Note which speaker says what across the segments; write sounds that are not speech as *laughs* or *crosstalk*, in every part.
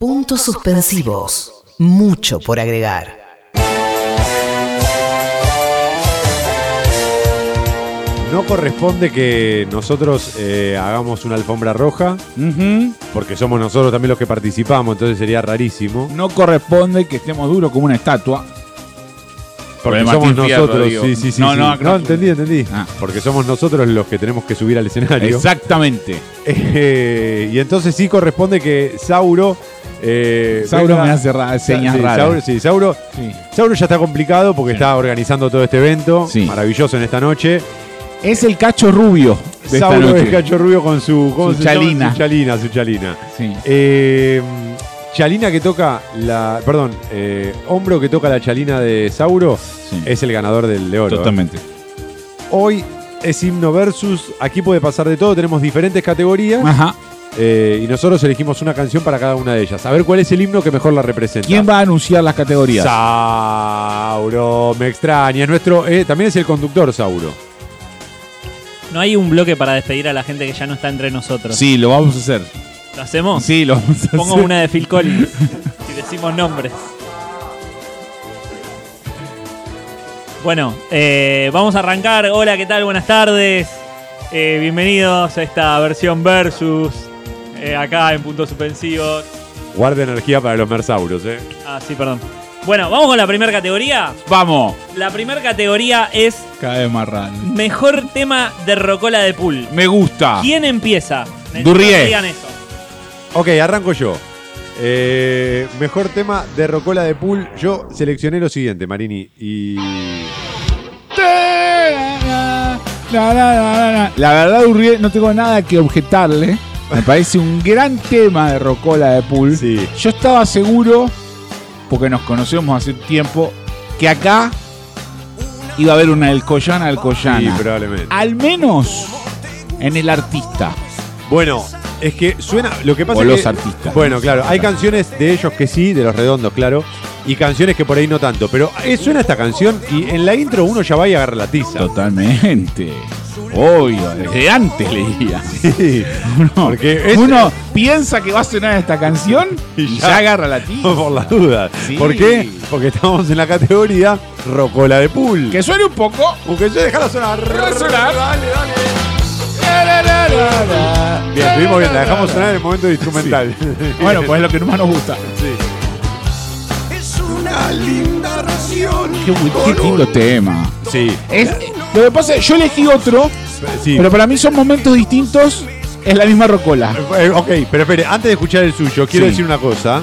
Speaker 1: Puntos suspensivos. Mucho por agregar.
Speaker 2: No corresponde que nosotros eh, hagamos una alfombra roja,
Speaker 3: Ujú.
Speaker 2: porque somos nosotros también los que participamos, entonces sería rarísimo.
Speaker 3: No corresponde que estemos duros como una estatua.
Speaker 2: Porque
Speaker 3: Martín
Speaker 2: somos
Speaker 3: Fierro,
Speaker 2: nosotros.
Speaker 3: digo.
Speaker 2: sí, sí, sí,
Speaker 3: No,
Speaker 2: sí.
Speaker 3: no, acá-
Speaker 2: entendí, entendí.
Speaker 3: Ah.
Speaker 2: Porque somos nosotros los que tenemos que subir al escenario.
Speaker 3: Exactamente.
Speaker 2: *laughs* Eh, y entonces sí corresponde que Sauro. eh,
Speaker 3: Sauro
Speaker 2: venga-
Speaker 3: me hace ra- señas
Speaker 2: sí,
Speaker 3: raras.
Speaker 2: Sauro, sí, Sauro.
Speaker 3: Sí.
Speaker 2: Sauro ya está complicado porque está organizando todo este evento.
Speaker 3: Sí.
Speaker 2: Maravilloso en esta noche.
Speaker 3: Es el cacho rubio de esta
Speaker 2: Sauro
Speaker 3: noche.
Speaker 2: es Cacho Rubio con su, ¿cómo
Speaker 3: Su
Speaker 2: se llama?
Speaker 3: chalina.
Speaker 2: Su chalina, su chalina.
Speaker 3: Sí.
Speaker 2: Eh, chalina que toca la. Perdón, eh, hombro que toca la chalina de Sauro
Speaker 3: Sí.
Speaker 2: es el ganador del de oro. ¿eh?
Speaker 3: Totalmente.
Speaker 2: Hoy es himno versus. Aquí puede pasar de todo. Tenemos diferentes categorías.
Speaker 3: Ajá.
Speaker 2: Eh, y nosotros elegimos una canción para cada una de ellas. A ver cuál es el himno que mejor la representa.
Speaker 3: ¿Quién va a anunciar las categorías?
Speaker 2: Sauro, me extraña. Es nuestro, eh, también es el conductor, Sauro.
Speaker 4: No hay un bloque para despedir a la gente que ya no está entre nosotros.
Speaker 3: sí, lo vamos a hacer.
Speaker 4: ¿Lo hacemos?
Speaker 3: Sí, lo vamos a
Speaker 4: Pongo
Speaker 3: hacer.
Speaker 4: una de
Speaker 3: *laughs*
Speaker 4: Phil Collins y decimos nombres. Bueno, eh, vamos a arrancar. Hola, ¿qué tal? Buenas tardes. Eh, bienvenidos a esta versión versus eh, acá en Puntos Suspensivos.
Speaker 2: Guarda energía para los mersauros, eh.
Speaker 4: Ah, sí, perdón. Bueno, vamos con la primera categoría.
Speaker 3: Vamos.
Speaker 4: La primera categoría es
Speaker 3: Cada vez más raro.
Speaker 4: mejor tema de Rocola de Pool.
Speaker 3: Me gusta.
Speaker 4: ¿Quién empieza? Necesito
Speaker 3: Ah. Durrié.
Speaker 4: que digan eso.
Speaker 2: Ok, arranco yo. Eh, mejor tema de Rocola de Pool. Yo seleccioné lo siguiente, Marini. Y.
Speaker 3: La, la, la, la, la. La verdad, Urriel, no tengo nada que objetarle. Me parece un gran tema de Rocola de Pool.
Speaker 2: Sí.
Speaker 3: Yo estaba seguro, porque nos conocemos hace tiempo, que acá iba a haber una del Collana al
Speaker 2: Sí,
Speaker 3: Collana.
Speaker 2: probablemente.
Speaker 3: Al menos en el artista.
Speaker 2: Bueno, es que suena. Lo que pasa
Speaker 3: O
Speaker 2: es
Speaker 3: los
Speaker 2: que-
Speaker 3: artistas.
Speaker 2: Bueno, claro, hay canciones de ellos que sí, de los redondos, claro. Y canciones que por ahí no tanto. Pero eh, suena esta canción y en la intro uno ya va y agarra la tiza.
Speaker 3: Totalmente. Obvio, desde antes le diría.
Speaker 2: *laughs* Sí. Porque es-
Speaker 3: Uno piensa que va a sonar esta canción
Speaker 2: Y
Speaker 3: y
Speaker 2: ya.
Speaker 3: ya agarra la
Speaker 2: *laughs*
Speaker 3: tiza.
Speaker 2: Por las dudas.
Speaker 3: Sí.
Speaker 2: ¿Por qué? Porque estamos en la categoría Rocola de Pool.
Speaker 3: Que suene un poco.
Speaker 2: Porque yo dejala sonar.
Speaker 3: Dejala sonar.
Speaker 2: Dale, dale. Bien, estuvimos bien, la dejamos sonar en el momento instrumental.
Speaker 3: Bueno, pues es lo que más nos gusta.
Speaker 5: Es una linda ración.
Speaker 3: Qué, bu- qué lindo tema.
Speaker 2: sí,
Speaker 3: Es- lo que pasa es que yo elegí otro,
Speaker 2: sí.
Speaker 3: pero para mí son momentos distintos. Es la misma rocola.
Speaker 2: Eh, ok, pero espere, antes de escuchar el suyo, quiero
Speaker 3: Sí.
Speaker 2: decir una cosa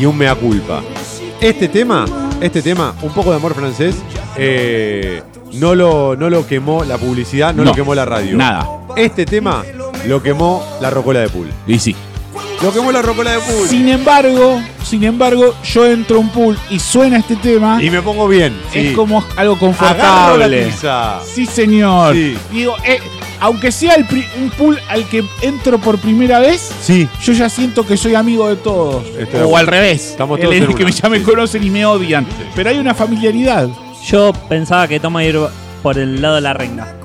Speaker 2: y un mea culpa. Este tema, este tema, un poco de amor francés, eh, no, lo, no lo quemó la publicidad, no,
Speaker 3: No,
Speaker 2: lo quemó la radio.
Speaker 3: nada.
Speaker 2: Este tema lo quemó la rocola de pool.
Speaker 3: Y sí.
Speaker 2: Lo quemó la rocola de pool.
Speaker 3: Sin embargo, sin embargo, yo entro a un pool y suena este tema.
Speaker 2: Y me pongo bien. sí.
Speaker 3: Es como
Speaker 2: Agarro
Speaker 3: algo
Speaker 2: la
Speaker 3: confortable.
Speaker 2: tiza.
Speaker 3: Sí, señor.
Speaker 2: Sí.
Speaker 3: Digo, eh, aunque sea el pri- un pool al que entro por primera vez,
Speaker 2: Sí.
Speaker 3: yo ya siento que soy amigo de todos.
Speaker 2: Estoy de
Speaker 3: o
Speaker 2: acuerdo.
Speaker 3: al revés.
Speaker 2: Estamos
Speaker 3: El
Speaker 2: todos en
Speaker 3: es que
Speaker 2: una.
Speaker 3: ya me
Speaker 2: Sí.
Speaker 3: conocen y me odian. Pero hay una familiaridad.
Speaker 4: Yo pensaba que toma ir por el lado de la renga.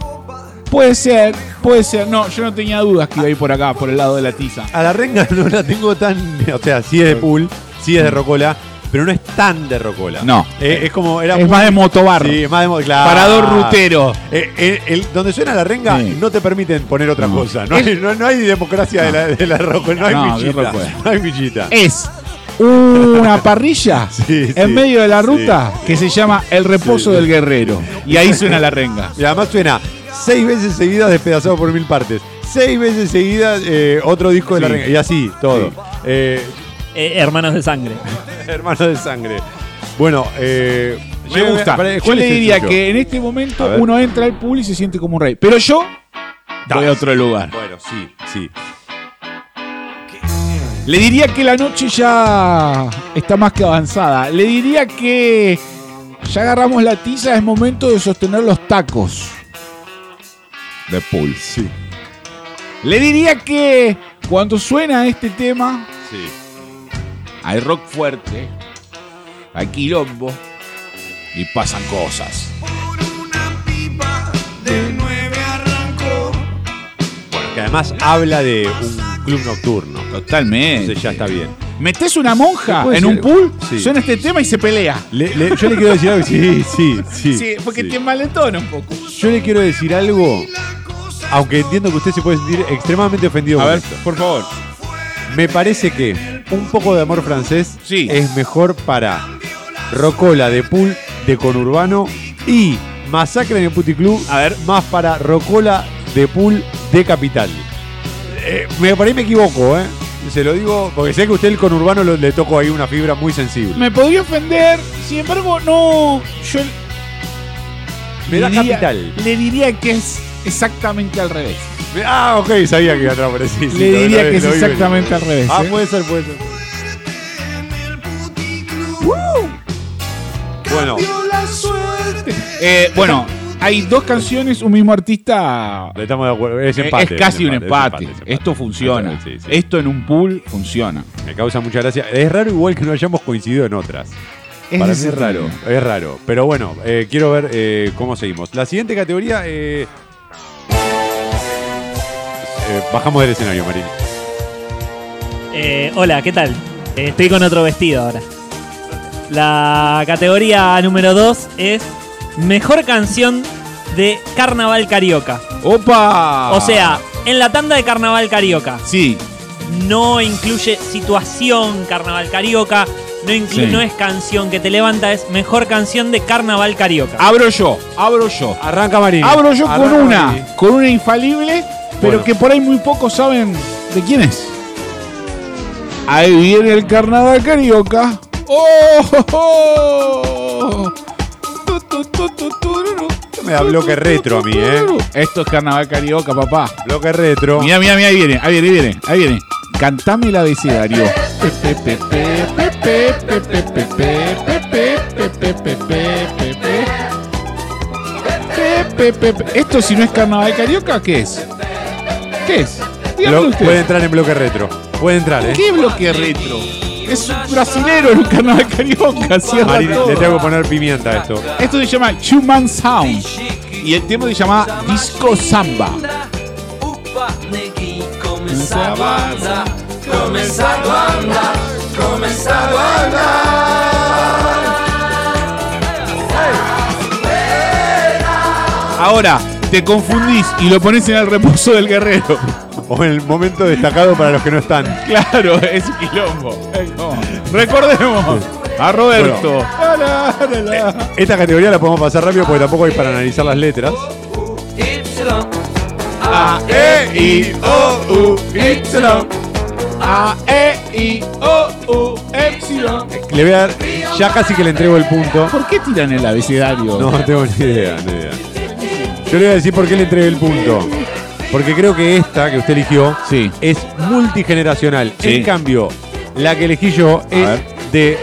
Speaker 3: Puede ser, puede ser. No, yo no tenía dudas que iba a ir por acá, por el lado de la tiza.
Speaker 2: A la renga no la tengo tan. O sea, sí es de pool, sí es de rocola, pero no es tan de rocola.
Speaker 3: No.
Speaker 2: Eh, es como. Era
Speaker 3: Es
Speaker 2: muy-
Speaker 3: más de motobar.
Speaker 2: Sí, es más de mo- claro.
Speaker 3: Parador rutero.
Speaker 2: Eh, eh, el- donde suena la renga
Speaker 3: Sí.
Speaker 2: no te permiten poner otra
Speaker 3: No.
Speaker 2: cosa. No hay, no, no hay democracia de, la, de la rocola. No hay
Speaker 3: No, de
Speaker 2: fichita.
Speaker 3: rocola.
Speaker 2: No hay fichita.
Speaker 3: Es una parrilla
Speaker 2: *laughs* Sí,
Speaker 3: en
Speaker 2: sí,
Speaker 3: medio de la
Speaker 2: sí.
Speaker 3: ruta que se llama El Reposo
Speaker 2: Sí.
Speaker 3: del Guerrero. Y ahí suena la renga.
Speaker 2: Y además suena seis veces seguidas despedazado por mil partes. Seis veces seguidas eh, otro disco de la
Speaker 3: Sí.
Speaker 2: renga. Y así, todo.
Speaker 3: Sí.
Speaker 2: Eh, *laughs*
Speaker 4: Eh, hermanos de sangre.
Speaker 2: hermano de sangre. Bueno, eh,
Speaker 3: Me
Speaker 2: yo-
Speaker 3: gusta.
Speaker 2: pará,
Speaker 3: Yo
Speaker 2: ¿cuál
Speaker 3: le
Speaker 2: es el
Speaker 3: diría
Speaker 2: suyo?
Speaker 3: que en este
Speaker 2: A
Speaker 3: momento
Speaker 2: ver.
Speaker 3: uno entra al pool y se siente como un rey. Pero yo voy a otro lugar.
Speaker 2: Bueno, sí, sí.
Speaker 3: Le diría que la noche ya está más que avanzada. Le diría que ya agarramos la tiza, es momento de sostener los tacos. De pool.
Speaker 2: Sí,
Speaker 3: Le diría que cuando suena este tema,
Speaker 2: sí.
Speaker 3: hay rock fuerte, hay quilombo y pasan cosas.
Speaker 5: Por una pipa de nueve arrancó.
Speaker 2: Bueno, que además habla de un club nocturno.
Speaker 3: Totalmente.
Speaker 2: Entonces ya está bien.
Speaker 3: metes una monja
Speaker 2: ¿Puede
Speaker 3: en
Speaker 2: ser?
Speaker 3: un pool,
Speaker 2: Sí.
Speaker 3: suena este tema y se pelea.
Speaker 2: Le- le- yo le quiero decir algo. Sí, sí, sí.
Speaker 3: Sí, porque
Speaker 2: sí.
Speaker 3: te maletona un poco.
Speaker 2: Yo le quiero decir algo, aunque entiendo que usted se puede sentir extremadamente ofendido.
Speaker 6: A
Speaker 2: con
Speaker 6: ver,
Speaker 2: esto.
Speaker 6: por favor.
Speaker 2: Me parece que un poco de amor francés
Speaker 3: Sí.
Speaker 2: es mejor para Rocola de Pool de Conurbano y Masacre en el Puticlub
Speaker 4: A ver.
Speaker 2: más para Rocola de Pool de Capital. Eh, me, por ahí me equivoco, ¿eh? Se lo digo porque sé que usted el Conurbano lo- le tocó ahí una fibra muy sensible.
Speaker 3: Me podría ofender, sin embargo, no. Yo
Speaker 2: Me da
Speaker 3: diría-
Speaker 2: Capital.
Speaker 3: Le diría que es exactamente al revés.
Speaker 2: Me- Ah, ok, sabía que iba a entrar por ahí, sí, sí,
Speaker 3: le
Speaker 2: lo-
Speaker 3: diría
Speaker 2: lo-
Speaker 3: que es
Speaker 2: lo vi venir.
Speaker 3: exactamente al revés.
Speaker 2: Ah,
Speaker 3: ¿eh?
Speaker 2: puede ser, puede ser.
Speaker 3: Uh.
Speaker 2: Bueno,
Speaker 3: Eh, bueno, hay dos canciones, un mismo artista.
Speaker 2: estamos de acuerdo. Es
Speaker 3: Eh,
Speaker 2: empate.
Speaker 3: es casi un empate.
Speaker 2: es
Speaker 3: Esto funciona.
Speaker 2: Sí, sí.
Speaker 3: Esto en un pool funciona.
Speaker 2: Me causa mucha gracia. Es raro igual que no hayamos coincidido en otras. Para mí es raro, es raro. Pero bueno, eh, quiero ver eh, cómo seguimos. La siguiente categoría. eh, eh, bajamos del escenario, Marín.
Speaker 4: Eh, hola, ¿qué tal? Eh, Estoy con otro vestido ahora. La categoría número 2 es Mejor canción de Carnaval Carioca.
Speaker 3: ¡Opa!
Speaker 4: O sea, en la tanda de Carnaval Carioca
Speaker 3: Sí,
Speaker 4: no incluye situación Carnaval Carioca, no, inclu-
Speaker 3: Sí.
Speaker 4: no es canción que te levanta, es Mejor canción de Carnaval Carioca.
Speaker 3: abro yo, abro yo.
Speaker 2: Arranca Marín.
Speaker 3: Abro yo con
Speaker 2: Arranca Marín.
Speaker 3: una, con una infalible, pero
Speaker 2: Bueno.
Speaker 3: que por ahí muy pocos saben de quién es. Ahí viene el carnaval carioca. ¡Oh! *laughs* oh, oh. Tu, tu, tu, tu, tururu.
Speaker 2: Me da bloque retro a mí, ¿eh?
Speaker 3: Esto es carnaval carioca, papá.
Speaker 2: Bloque retro.
Speaker 3: Mira, mira, mira, ahí viene, ahí viene, ahí viene, ahí viene. Cantame el abecedario. Pe, pe, pe, pe, pe, pe, pe, pe, pe, pe, pe, pe, pe, pe, pe, pe. Pe, pe, pe, pe. Esto si no es carnaval carioca, ¿qué es? ¿Qué es? Díganme
Speaker 2: Blo- puede
Speaker 3: ustedes.
Speaker 2: entrar en bloque retro. Puede entrar, ¿eh?
Speaker 3: ¿Qué bloque retro? Es un brasilero en un carnaval carioca,
Speaker 2: Marín,
Speaker 3: ¿cierto?
Speaker 2: le tengo que poner pimienta a esto.
Speaker 3: Esto se llama Human Sound. Y el tema se llama Disco Samba. Ahora, te confundís y lo pones en el reposo del guerrero.
Speaker 2: O el momento destacado para los que no están.
Speaker 3: Claro, *laughs* es un quilombo. Es como- Recordemos a Roberto.
Speaker 2: Esta categoría la podemos pasar rápido porque tampoco hay para analizar las letras.
Speaker 3: A, E, I, O, U, Epsilon. A, E, I, O, U, Epsilon.
Speaker 2: Le voy a dar, ya casi que le entrego el punto.
Speaker 3: ¿Por qué tiran el abecedario?
Speaker 2: No, no tengo ni idea, ni idea. Yo le voy a decir por qué le entregué el punto. Porque creo que esta que usted eligió
Speaker 3: Sí.
Speaker 2: es multigeneracional.
Speaker 3: Sí.
Speaker 2: En cambio, la que elegí yo es
Speaker 3: ver.
Speaker 2: de.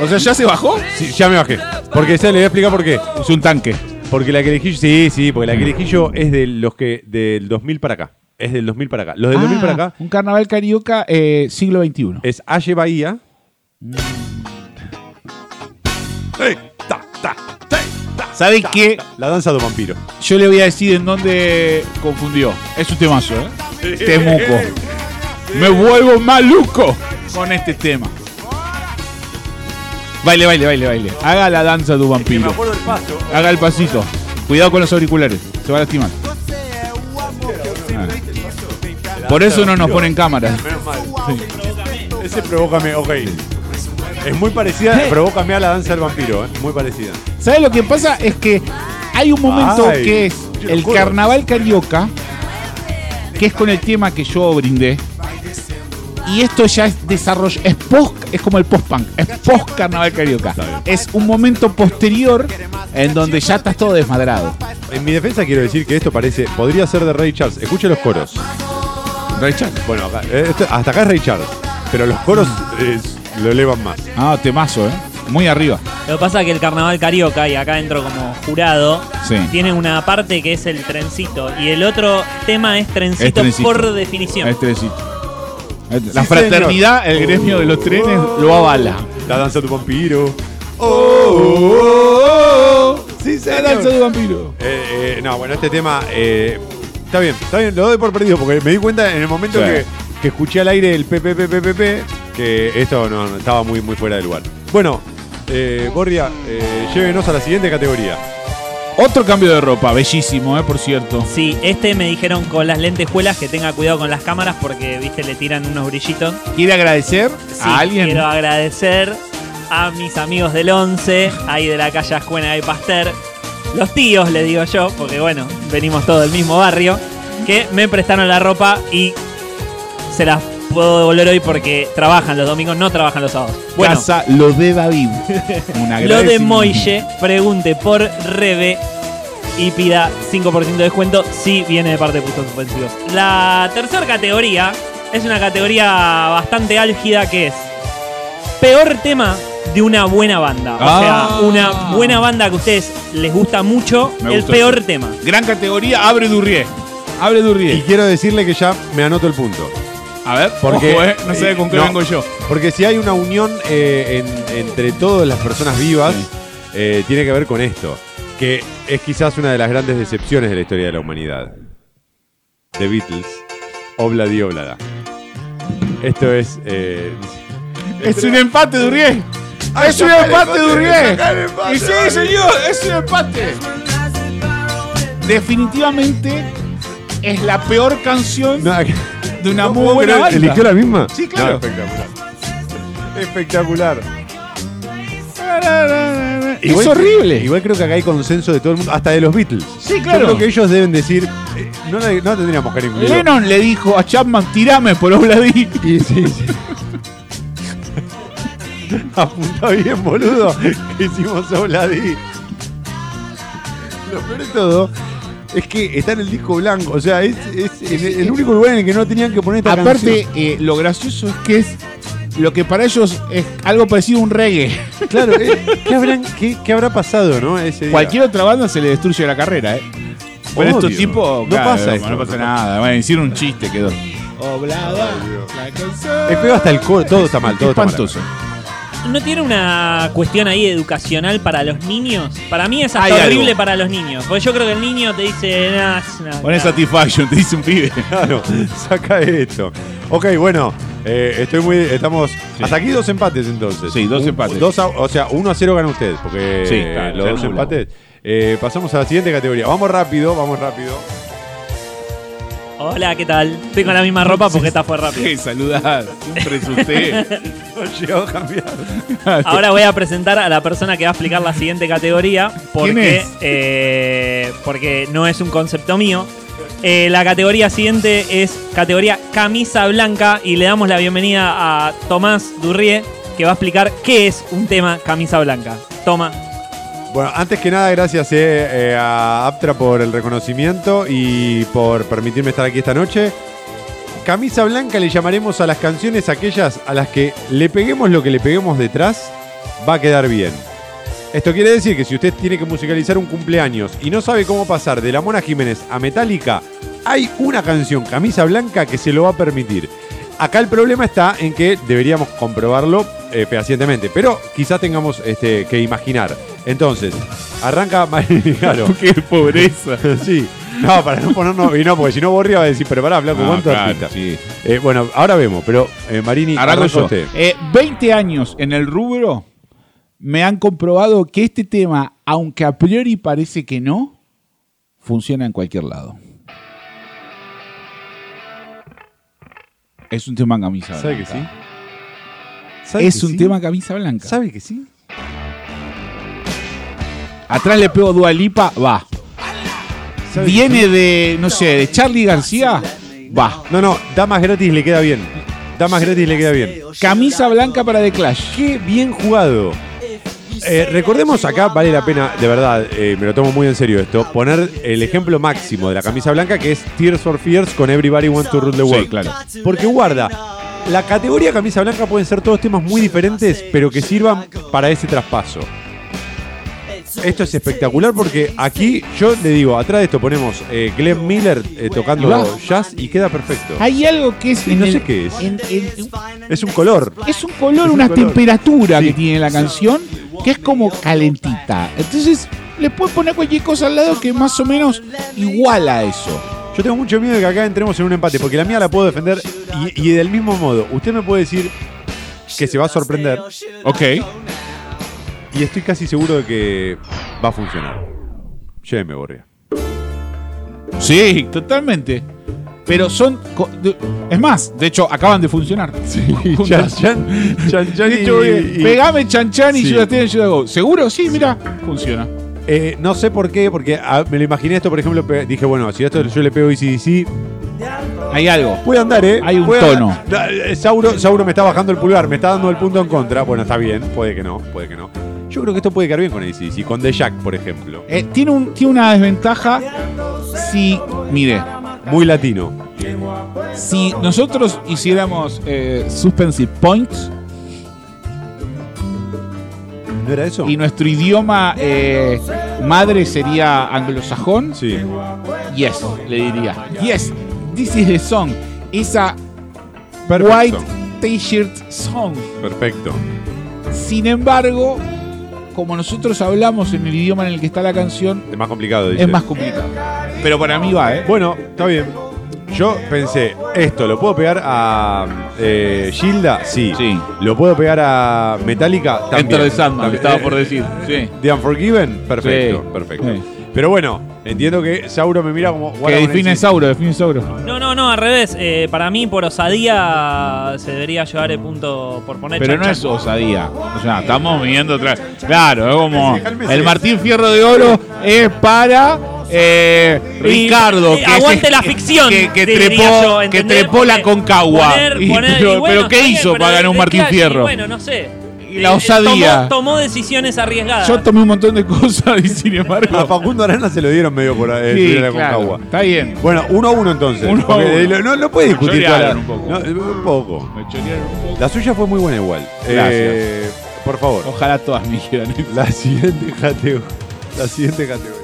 Speaker 3: O sea, ¿ya se bajó?
Speaker 2: Sí, ya me bajé. Porque esa le voy a explicar por qué.
Speaker 3: Es un tanque.
Speaker 2: Porque la que elegí yo. Sí, sí, porque la que elegí yo es de los que. del 2000 para acá. Es del 2000 para acá. Los del 2000 para acá
Speaker 3: Un carnaval carioca eh, siglo XXI.
Speaker 2: es Aye Bahía. Ey, ta, ta, ta, ta,
Speaker 3: ¿Sabes
Speaker 2: ta,
Speaker 3: qué?
Speaker 2: ta. La danza de un vampiro.
Speaker 3: Yo le voy a decir en dónde confundió. Es un temazo, ¿eh? Temuco. Me vuelvo maluco con este tema. Baile, baile, baile, baile. Haga la danza de un vampiro. Haga el pasito. Cuidado con los auriculares. Se va a lastimar. Ah. Por eso no nos ponen cámara.
Speaker 2: Ese provócame, ok. Es muy parecida, provócame a la danza del vampiro, ¿eh? muy parecida.
Speaker 3: ¿Sabes lo que pasa? Es que hay un momento
Speaker 2: Ay,
Speaker 3: que es
Speaker 2: te lo
Speaker 3: el
Speaker 2: juro.
Speaker 3: carnaval carioca, que es con el tema que yo brindé. Y esto ya es desarrollo, es post, es como el post-punk, es post-carnaval carioca. Es un momento posterior en donde ya estás todo desmadrado.
Speaker 2: En mi defensa quiero decir que esto parece, podría ser de Ray Charles. Escuche los coros.
Speaker 3: Richard.
Speaker 2: Bueno, acá- eh, esto- hasta acá es Ray Charles, pero los coros eh, lo elevan más.
Speaker 3: Ah, temazo, ¿eh? Muy arriba.
Speaker 4: Lo que pasa es que el carnaval carioca, y acá entro como jurado,
Speaker 3: Sí.
Speaker 4: tiene una parte que es el trencito y el otro tema es trencito,
Speaker 3: Es trencito.
Speaker 4: por definición.
Speaker 3: Este sí. Este- La
Speaker 2: Sí,
Speaker 3: fraternidad,
Speaker 2: señor. Oh.
Speaker 3: el gremio de los trenes, lo avala.
Speaker 2: La danza del vampiro. Sí,
Speaker 3: Oh. La
Speaker 2: señor.
Speaker 3: danza de vampiro.
Speaker 2: Eh, eh, no, bueno, este tema eh, está bien, está bien, lo doy por perdido porque me di cuenta en el momento
Speaker 3: Sí.
Speaker 2: que, que escuché al aire el PPPPP que esto no, no, estaba muy, muy fuera de lugar. Bueno, eh, Gordia, eh, llévenos a la siguiente categoría.
Speaker 3: Otro cambio de ropa, bellísimo, eh, por cierto.
Speaker 4: Sí, este me dijeron con las lentejuelas que tenga cuidado con las cámaras porque, viste, le tiran unos brillitos.
Speaker 3: ¿Quiere agradecer
Speaker 4: Sí,
Speaker 3: a alguien?
Speaker 4: quiero agradecer a mis amigos del 11, ahí de la calle Ascuena y Pasteur, los tíos, les digo yo, porque bueno, venimos todos del mismo barrio, que me prestaron la ropa y se las puedo devolver hoy porque trabajan los domingos, no trabajan los sábados. Bueno,
Speaker 3: Casa lo de David. *laughs* Un
Speaker 4: lo de
Speaker 3: agradecimiento.
Speaker 4: Moille, pregunte por Rebe y pida 5% de descuento si viene de parte de puntos ofensivos. La tercera categoría es una categoría bastante álgida que es peor tema de una buena banda. O
Speaker 3: Ah.
Speaker 4: sea, una buena banda que a ustedes les gusta mucho,
Speaker 3: Me
Speaker 4: el
Speaker 3: gustó
Speaker 4: peor
Speaker 3: eso.
Speaker 4: tema.
Speaker 3: Gran categoría, abre Durrié. Abre
Speaker 2: Y
Speaker 3: Durrié.
Speaker 2: quiero decirle que ya me anoto el punto.
Speaker 3: A ver,
Speaker 2: Porque-
Speaker 3: ojo, eh, no sé con qué
Speaker 2: No. *laughs*
Speaker 3: vengo yo.
Speaker 2: Porque si hay una unión eh, en- entre todas las personas vivas,
Speaker 3: Sí.
Speaker 2: eh, tiene que ver con esto. Que es quizás una de las grandes decepciones de la historia de la humanidad. The Beatles, Obla di Oblada. Esto es. eh,
Speaker 3: Es un empate, Durrié. Es un empate, Durrié. Y sí, señor, es un empate. Definitivamente es la peor canción
Speaker 2: no, *laughs*
Speaker 3: de una
Speaker 2: no
Speaker 3: muy
Speaker 2: puedo
Speaker 3: buena
Speaker 2: creer,
Speaker 3: banda.
Speaker 2: ¿Eligió la misma?
Speaker 3: Sí, claro.
Speaker 2: No, espectacular. Espectacular.
Speaker 3: Es
Speaker 2: Igual-
Speaker 3: horrible.
Speaker 2: Igual creo que acá hay consenso de todo el mundo, hasta de los Beatles.
Speaker 3: Sí,
Speaker 2: Yo
Speaker 3: claro.
Speaker 2: creo que ellos deben decir. eh, no, la- no la tendríamos que haber incluido.
Speaker 3: Lennon le dijo a Chapman, tirame por Obladi.
Speaker 2: Y sí, sí. Apunta bien, boludo. Que hicimos Obladi. Lo peor de todo es que está en el disco blanco. O sea, es, es el, el único lugar en el que no tenían que poner esta
Speaker 3: Aparte,
Speaker 2: canción.
Speaker 3: eh, lo gracioso es que es lo que para ellos es algo parecido a un reggae.
Speaker 2: Claro, eh, ¿qué, habrán- qué- qué habrá pasado, no? Ese día?
Speaker 3: Cualquier otra banda se le destruye la carrera, ¿eh? Pero
Speaker 2: Obvio.
Speaker 3: estos tipos.
Speaker 2: No
Speaker 3: claro,
Speaker 2: pasa
Speaker 3: no,
Speaker 2: esto.
Speaker 3: no pasa nada. Van a decir un chiste, quedó. Oblada.
Speaker 2: Es peor Eh, hasta el coro. Todo está mal, todo está mal.
Speaker 3: Espantoso.
Speaker 4: ¿No tiene una cuestión ahí educacional para los niños? Para mí es hasta
Speaker 3: Hay algo.
Speaker 4: horrible para los niños, porque yo creo que el niño te dice... "Nah, es una-
Speaker 3: Poné
Speaker 4: nah".
Speaker 3: Satisfaction, te dice un pibe. *laughs*
Speaker 2: Claro, *laughs* saca esto. Ok, bueno, eh, estoy muy. Estamos. Hasta aquí dos empates entonces.
Speaker 3: Sí, dos
Speaker 2: Un-
Speaker 3: empates.
Speaker 2: dos a- o sea, uno a cero gana usted, porque
Speaker 3: Sí,
Speaker 2: eh,
Speaker 3: claro,
Speaker 2: los
Speaker 3: se
Speaker 2: dos
Speaker 3: anula.
Speaker 2: empates. Eh, pasamos a la siguiente categoría. Vamos rápido, vamos rápido.
Speaker 4: Hola, ¿qué tal? Estoy con la misma ropa porque esta fue rápido.
Speaker 3: Qué saludar. Siempre
Speaker 2: *laughs*
Speaker 3: es usted.
Speaker 2: No llegó a cambiar.
Speaker 4: Ahora voy a presentar a la persona que va a explicar la siguiente categoría porque,
Speaker 3: ¿Quién es?
Speaker 4: eh, porque no es un concepto mío. Eh, la categoría siguiente es categoría camisa blanca y le damos la bienvenida a Tomás Durrié que va a explicar qué es un tema camisa blanca. Toma.
Speaker 2: Bueno, antes que nada, gracias eh, eh, a Aptra por el reconocimiento y por permitirme estar aquí esta noche. Camisa blanca le llamaremos a las canciones aquellas a las que le peguemos lo que le peguemos detrás, va a quedar bien. Esto quiere decir que si usted tiene que musicalizar un cumpleaños y no sabe cómo pasar de la Mona Jiménez a Metallica, hay una canción, Camisa Blanca, que se lo va a permitir. Acá el problema está en que deberíamos comprobarlo eh, fehacientemente, pero quizás tengamos este, que imaginar. Entonces, arranca Mariano.
Speaker 3: Qué pobreza.
Speaker 2: *laughs* Sí. No, para no ponernos vino, porque si no Borria va a decir, pero pará, flaco,
Speaker 3: Ah,
Speaker 2: ¿cuánto
Speaker 3: claro,
Speaker 2: artista?
Speaker 3: sí.
Speaker 2: Eh, bueno, ahora vemos, pero eh, Marini,
Speaker 3: Arranco
Speaker 2: arranca
Speaker 3: yo.
Speaker 2: usted.
Speaker 3: Eh, 20 años en el rubro me han comprobado que este tema, aunque a priori parece que no, funciona en cualquier lado. Es un tema en camisa blanca.
Speaker 2: ¿Sabe que sí? ¿Sabe
Speaker 3: Es
Speaker 2: que
Speaker 3: un
Speaker 2: sí?
Speaker 3: tema en camisa blanca.
Speaker 2: ¿Sabe que sí?
Speaker 3: Atrás le pego Dualipa, va.
Speaker 2: ¿Sabe que sí?
Speaker 3: Viene de, no sé, de Charlie García, va.
Speaker 2: No, no, damas gratis le queda bien. Damas gratis le queda bien.
Speaker 3: Camisa blanca para The Clash.
Speaker 2: Qué bien jugado. Eh, recordemos acá, vale la pena, de verdad, eh, me lo tomo muy en serio esto, poner el ejemplo máximo de la camisa blanca que es Tears for Fears con Everybody Wants to Rule the World.
Speaker 3: Sí, claro.
Speaker 2: Porque guarda, la categoría camisa blanca pueden ser todos temas muy diferentes, pero que sirvan para ese traspaso. Esto es espectacular porque aquí yo le digo, atrás de esto ponemos eh, Glenn Miller eh,
Speaker 3: Y
Speaker 2: tocando
Speaker 3: va.
Speaker 2: jazz y queda perfecto.
Speaker 3: Hay algo que es.
Speaker 2: Y
Speaker 3: en
Speaker 2: no
Speaker 3: el-
Speaker 2: sé qué es.
Speaker 3: en- en-
Speaker 2: Es un color.
Speaker 3: Es un color,
Speaker 2: Es un
Speaker 3: una
Speaker 2: color.
Speaker 3: temperatura
Speaker 2: Sí.
Speaker 3: que tiene la canción que es como calentita. Entonces, le puedes poner cualquier cosa al lado que más o menos iguala eso.
Speaker 2: Yo tengo mucho miedo de que acá entremos en un empate, porque la mía la puedo defender y, y del mismo modo. Usted me puede decir, que se va a sorprender
Speaker 3: Ok.
Speaker 2: y estoy casi seguro de que va a funcionar. Lléveme, Borria.
Speaker 3: Sí, totalmente. Pero son. co- de- Es más, de hecho, acaban de funcionar.
Speaker 2: Chan,
Speaker 3: *laughs* Juntas.
Speaker 2: chan, chan, chan y-
Speaker 3: Dicho bien,
Speaker 2: y-
Speaker 3: Pegame Chan Chan y
Speaker 2: Sí.
Speaker 3: Judas Tien y Judas Go. ¿Seguro? Sí, mira. Funciona.
Speaker 2: Eh, no sé por qué, porque ah, me lo imaginé esto, por ejemplo, pe- dije, bueno, si esto yo le pego ICDC,
Speaker 3: Hay algo.
Speaker 2: puede andar, ¿eh?
Speaker 3: Hay un
Speaker 2: Puede-
Speaker 3: tono.
Speaker 2: Da- eh, Sauro, Sauro me está bajando el pulgar, me está dando el punto en contra. Bueno, está bien, puede que no, puede que no. Yo creo que esto puede quedar bien con ICDC, con The Jack, por ejemplo.
Speaker 3: Eh, tiene, un, tiene una desventaja si. Mire,
Speaker 2: Muy latino.
Speaker 3: si nosotros hiciéramos eh, Suspensive Points
Speaker 2: ¿No era eso?
Speaker 3: y nuestro idioma eh, madre sería anglosajón,
Speaker 2: Sí.
Speaker 3: yes, le diría. Yes, this is the song. Esa
Speaker 2: Perfecto.
Speaker 3: white t-shirt song.
Speaker 2: Perfecto.
Speaker 3: Sin embargo, como nosotros hablamos en el idioma en el que está la canción,
Speaker 2: Es más complicado, dice.
Speaker 3: es más complicado. Pero para mí va, ¿eh?
Speaker 2: Bueno, está bien. Yo pensé, esto lo puedo pegar a eh, Gilda, sí.
Speaker 3: Sí.
Speaker 2: Lo puedo pegar a Metallica, también.
Speaker 3: Enter the Sandman,
Speaker 2: También.
Speaker 3: estaba
Speaker 2: Eh,
Speaker 3: por decir. Sí.
Speaker 2: The Unforgiven, perfecto,
Speaker 3: Sí.
Speaker 2: perfecto.
Speaker 3: Sí.
Speaker 2: Pero bueno, entiendo que Sauro me mira como.
Speaker 3: Que
Speaker 2: "Guarda con
Speaker 3: define
Speaker 2: ese".
Speaker 3: Sauro, define Sauro.
Speaker 4: No, no, no, al revés. Eh, para mí, por osadía, se debería llevar el punto por poner
Speaker 3: Pero
Speaker 4: Chan
Speaker 3: no
Speaker 4: Chan.
Speaker 3: es osadía. O sea, estamos viendo otra vez. Claro, es como
Speaker 2: Calmese, calmese.
Speaker 3: el Martín Fierro de Oro es para eh, Ricardo.
Speaker 4: Y-
Speaker 3: Que
Speaker 4: y
Speaker 3: es-
Speaker 4: aguante la ficción,
Speaker 3: Que, que
Speaker 4: diría
Speaker 3: trepó,
Speaker 4: yo,
Speaker 3: que
Speaker 4: ¿entendés?
Speaker 3: trepó la
Speaker 4: Porque
Speaker 3: Concagua.
Speaker 4: poner-
Speaker 3: Y-
Speaker 4: poner- y
Speaker 3: pero,
Speaker 4: bueno,
Speaker 3: pero ¿qué
Speaker 4: está bien,
Speaker 3: hizo
Speaker 4: pero
Speaker 3: para ganar un
Speaker 4: ¿de
Speaker 3: Martín
Speaker 4: qué hay?
Speaker 3: Fierro?
Speaker 4: Y Bueno, no sé.
Speaker 3: Y la
Speaker 4: Eh,
Speaker 3: osadía.
Speaker 4: Tomó, tomó decisiones arriesgadas.
Speaker 3: Yo tomé un montón de cosas y sin
Speaker 2: A
Speaker 3: embargo.
Speaker 2: Facundo Arana se lo dieron medio por eh,
Speaker 3: Sí,
Speaker 2: subir a la
Speaker 3: claro,
Speaker 2: Concagua.
Speaker 3: está bien.
Speaker 2: Bueno, uno a uno entonces.
Speaker 3: Uno a
Speaker 2: porque
Speaker 3: uno.
Speaker 2: de lo- No, no puede discutir toda la-
Speaker 3: Chorearon un
Speaker 2: No,
Speaker 3: poco.
Speaker 2: eh, un poco.
Speaker 3: Me chorearon un poco.
Speaker 2: La suya fue muy buena igual.
Speaker 3: Gracias.
Speaker 2: Eh, por favor.
Speaker 3: Ojalá todas me quieran.
Speaker 2: La siguiente categoría. La siguiente categoría.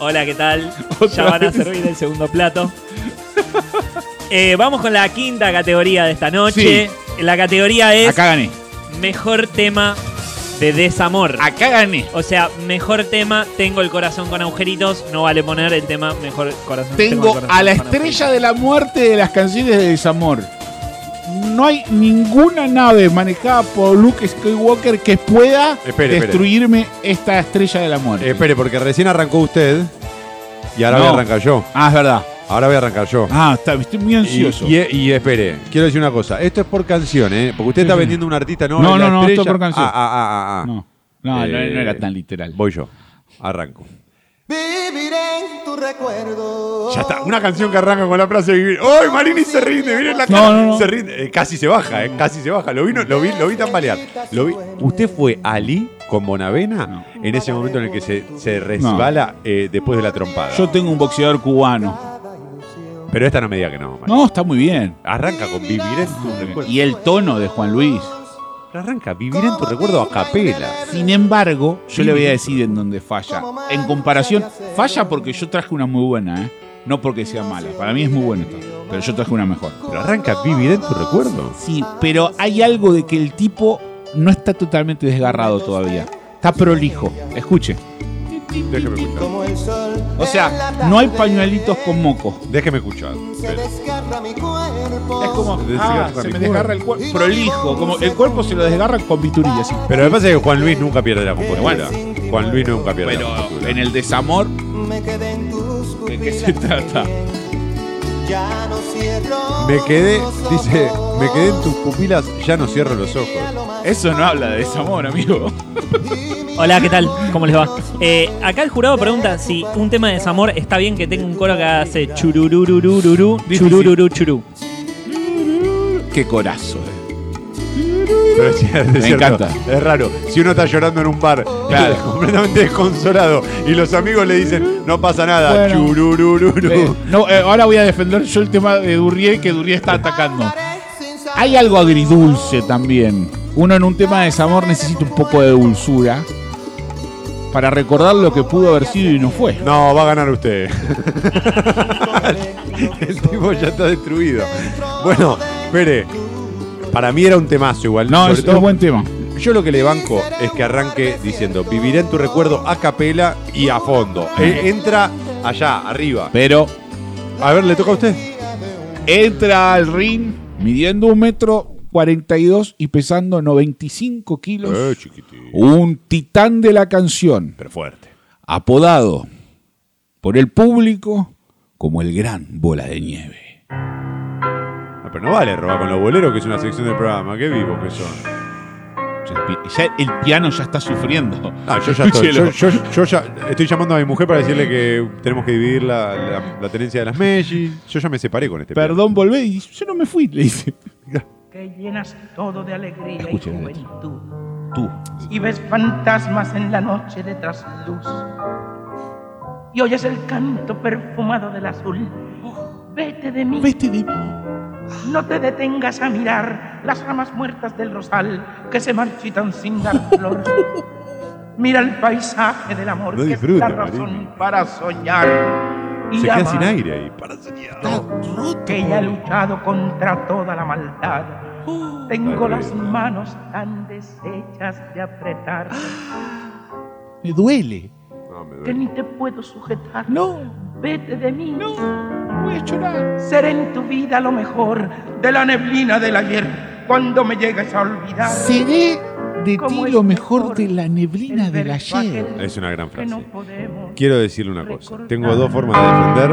Speaker 4: Hola,
Speaker 3: *laughs*
Speaker 4: ¿qué tal?
Speaker 3: Otra
Speaker 4: ya van a
Speaker 3: vez.
Speaker 4: servir el
Speaker 3: *laughs*
Speaker 4: segundo plato. Eh, vamos con la quinta categoría de esta noche. La categoría es
Speaker 3: Acá gané.
Speaker 4: mejor tema de desamor.
Speaker 3: Acá gané.
Speaker 4: O sea, mejor tema, tengo el corazón con agujeritos, no vale poner el tema mejor corazón. el
Speaker 3: Tengo
Speaker 4: corazón
Speaker 3: a la
Speaker 4: con
Speaker 3: estrella de la muerte de las canciones de desamor. No hay ninguna nave manejada por Luke Skywalker que pueda
Speaker 2: Espere, espere.
Speaker 3: destruirme esta estrella de la muerte.
Speaker 2: Eh, espere, porque recién arrancó usted. Y ahora
Speaker 3: No.
Speaker 2: voy a arrancar yo.
Speaker 3: ah, es verdad.
Speaker 2: Ahora voy a arrancar yo.
Speaker 3: Ah, está, estoy muy
Speaker 2: Y,
Speaker 3: ansioso.
Speaker 2: y- y espere, quiero decir una cosa. Esto es por canción, ¿eh? Porque usted
Speaker 3: Sí,
Speaker 2: está
Speaker 3: sí.
Speaker 2: vendiendo un artista, ¿no?
Speaker 3: No,
Speaker 2: La
Speaker 3: no, no,
Speaker 2: estrella.
Speaker 3: esto es por canción.
Speaker 2: Ah, ah, ah, ah, ah.
Speaker 3: no, no, no,
Speaker 2: Eh,
Speaker 3: no era tan literal.
Speaker 2: Voy yo. Arranco.
Speaker 6: Viviré en tu recuerdo.
Speaker 2: Ya está. Una canción que arranca con la frase de vivir. ¡Ay, Marini se rinde! ¡Miren la cara!
Speaker 3: no, no.
Speaker 2: Se rinde. Eh, casi se baja, ¿eh? Casi se baja. Lo vi, lo vi, lo vi tambalear. Lo vi. ¿Usted fue Ali con Bonavena
Speaker 3: No.
Speaker 2: en ese momento en el que se, se resbala eh, después de la trompada?
Speaker 3: Yo tengo un boxeador cubano.
Speaker 2: Pero esta no me diga que no, Marini.
Speaker 3: No, está muy bien.
Speaker 2: Arranca con vivir en tu recuerdo.
Speaker 3: Y el tono de Juan Luis.
Speaker 2: Arranca vivir en tu recuerdo a capela.
Speaker 3: Sin embargo, yo le voy a decir en dónde falla. En comparación, falla porque yo traje una muy buena, ¿eh? No porque sea mala. Para mí es muy buena, esta, pero yo traje una mejor.
Speaker 2: Pero arranca vivir en tu recuerdo.
Speaker 3: Sí, pero hay algo de que el tipo no está totalmente desgarrado todavía. Está prolijo. Escuche.
Speaker 2: Déjeme escuchar.
Speaker 6: Como el sol.
Speaker 3: O
Speaker 6: en
Speaker 3: sea,
Speaker 6: la
Speaker 3: no hay
Speaker 6: tarde,
Speaker 3: pañuelitos con moco.
Speaker 2: Déjeme escuchar.
Speaker 6: Se desgarra mi cuerpo.
Speaker 3: Es como, ah, se me
Speaker 2: mi
Speaker 3: desgarra el cuerpo. Prolijo. Como el cuerpo se lo desgarra con bisturí, así.
Speaker 2: Pero me pasa es que Juan Luis nunca pierde la compostura. Juan Luis nunca pierde
Speaker 3: Pero
Speaker 2: la compostura.
Speaker 3: en el desamor,
Speaker 6: Me quedé en tus
Speaker 3: ¿de qué se
Speaker 6: pupilas.
Speaker 3: trata?
Speaker 6: Ya no cierro.
Speaker 2: Me quedé,
Speaker 6: los
Speaker 2: dice,
Speaker 6: ojos.
Speaker 2: me quedé en tus pupilas, ya no cierro los ojos.
Speaker 3: Eso no habla de desamor, amigo.
Speaker 4: agujeritos. Hola, ¿qué tal? ¿Cómo les va? Eh, acá el jurado pregunta si un tema de desamor está bien que tenga un coro que hace chururururururu,
Speaker 3: Difícil.
Speaker 4: churururu, churú.
Speaker 3: Qué corazo, eh.
Speaker 2: Pero sí, es
Speaker 3: Me
Speaker 2: cierto,
Speaker 3: encanta.
Speaker 2: Es raro. Si uno está llorando en un bar,
Speaker 3: Claro.
Speaker 2: *laughs* completamente desconsolado, y los amigos le dicen, no pasa nada,
Speaker 3: Bueno.
Speaker 2: chururururu.
Speaker 3: Eh, no, eh, ahora voy a defender yo el tema de Durriel que Durriel está atacando. Hay algo agridulce también. Uno en un tema de desamor necesita un poco de dulzura para recordar lo que pudo haber sido y no fue.
Speaker 2: No, va a ganar usted. *laughs* el tipo ya está destruido. Bueno, espere. Para mí era un temazo igual.
Speaker 3: No,
Speaker 2: sobre
Speaker 3: es, es
Speaker 2: todo-
Speaker 3: un buen tema.
Speaker 2: Yo lo que le banco es que arranque diciendo, viviré en tu recuerdo a capela y a fondo. Eh, entra allá, arriba.
Speaker 3: Pero
Speaker 2: A ver, le toca a usted.
Speaker 3: entra al ring midiendo un metro 42 y pesando 95 kilos.
Speaker 2: Eh, chiquitín.
Speaker 3: un titán de la canción,
Speaker 2: Pero fuerte.
Speaker 3: apodado por el público como el gran bola de nieve.
Speaker 2: Ah, pero no vale robar con los boleros, que es una sección del programa. Qué vivos que son.
Speaker 3: Ya el pi- ya el piano ya está sufriendo.
Speaker 2: No, Ah, *laughs* yo ya estoy. Yo,
Speaker 3: Escúchelo.
Speaker 2: yo- yo ya estoy llamando a mi mujer para decirle que tenemos que dividir la, la- la tenencia de las Messi. Yo ya me separé con este.
Speaker 3: Perdón, volvé. Y dice, yo no me fui, le dice.
Speaker 7: que llenas todo de alegría
Speaker 3: Escuchen
Speaker 7: y
Speaker 3: esto.
Speaker 7: juventud.
Speaker 3: Tú.
Speaker 7: Y ves fantasmas en la noche de trasluz. Y oyes el canto perfumado del azul. Vete de mí,
Speaker 3: Vete de mí.
Speaker 7: no te detengas a mirar las ramas muertas del rosal que se marchitan sin dar
Speaker 2: *laughs*
Speaker 7: flor. Mira el paisaje del amor
Speaker 2: No
Speaker 7: que
Speaker 2: disfruta,
Speaker 7: es la razón
Speaker 2: Marín.
Speaker 7: para soñar. Y
Speaker 2: Se queda
Speaker 7: llama
Speaker 2: sin aire ahí.
Speaker 7: que ella ha luchado contra toda la maldad.
Speaker 3: Uh,
Speaker 7: Tengo las manos tan deshechas de apretar
Speaker 3: Me duele.
Speaker 2: No, me
Speaker 7: que
Speaker 2: duele.
Speaker 7: ni te puedo sujetar.
Speaker 3: No,
Speaker 7: Vete de mí.
Speaker 3: no. Voy a llorar.
Speaker 7: Seré en tu vida lo mejor de la neblina del ayer cuando me llegues a olvidar.
Speaker 3: Seré de
Speaker 7: Como
Speaker 3: ti
Speaker 7: es
Speaker 3: lo mejor de la
Speaker 7: el
Speaker 3: neblina del
Speaker 7: verso
Speaker 3: ayer.
Speaker 7: aquel
Speaker 2: Es una gran
Speaker 7: que
Speaker 2: frase.
Speaker 7: no podemos
Speaker 2: Quiero decirle una cosa.
Speaker 7: recordar.
Speaker 2: Tengo dos formas de defender.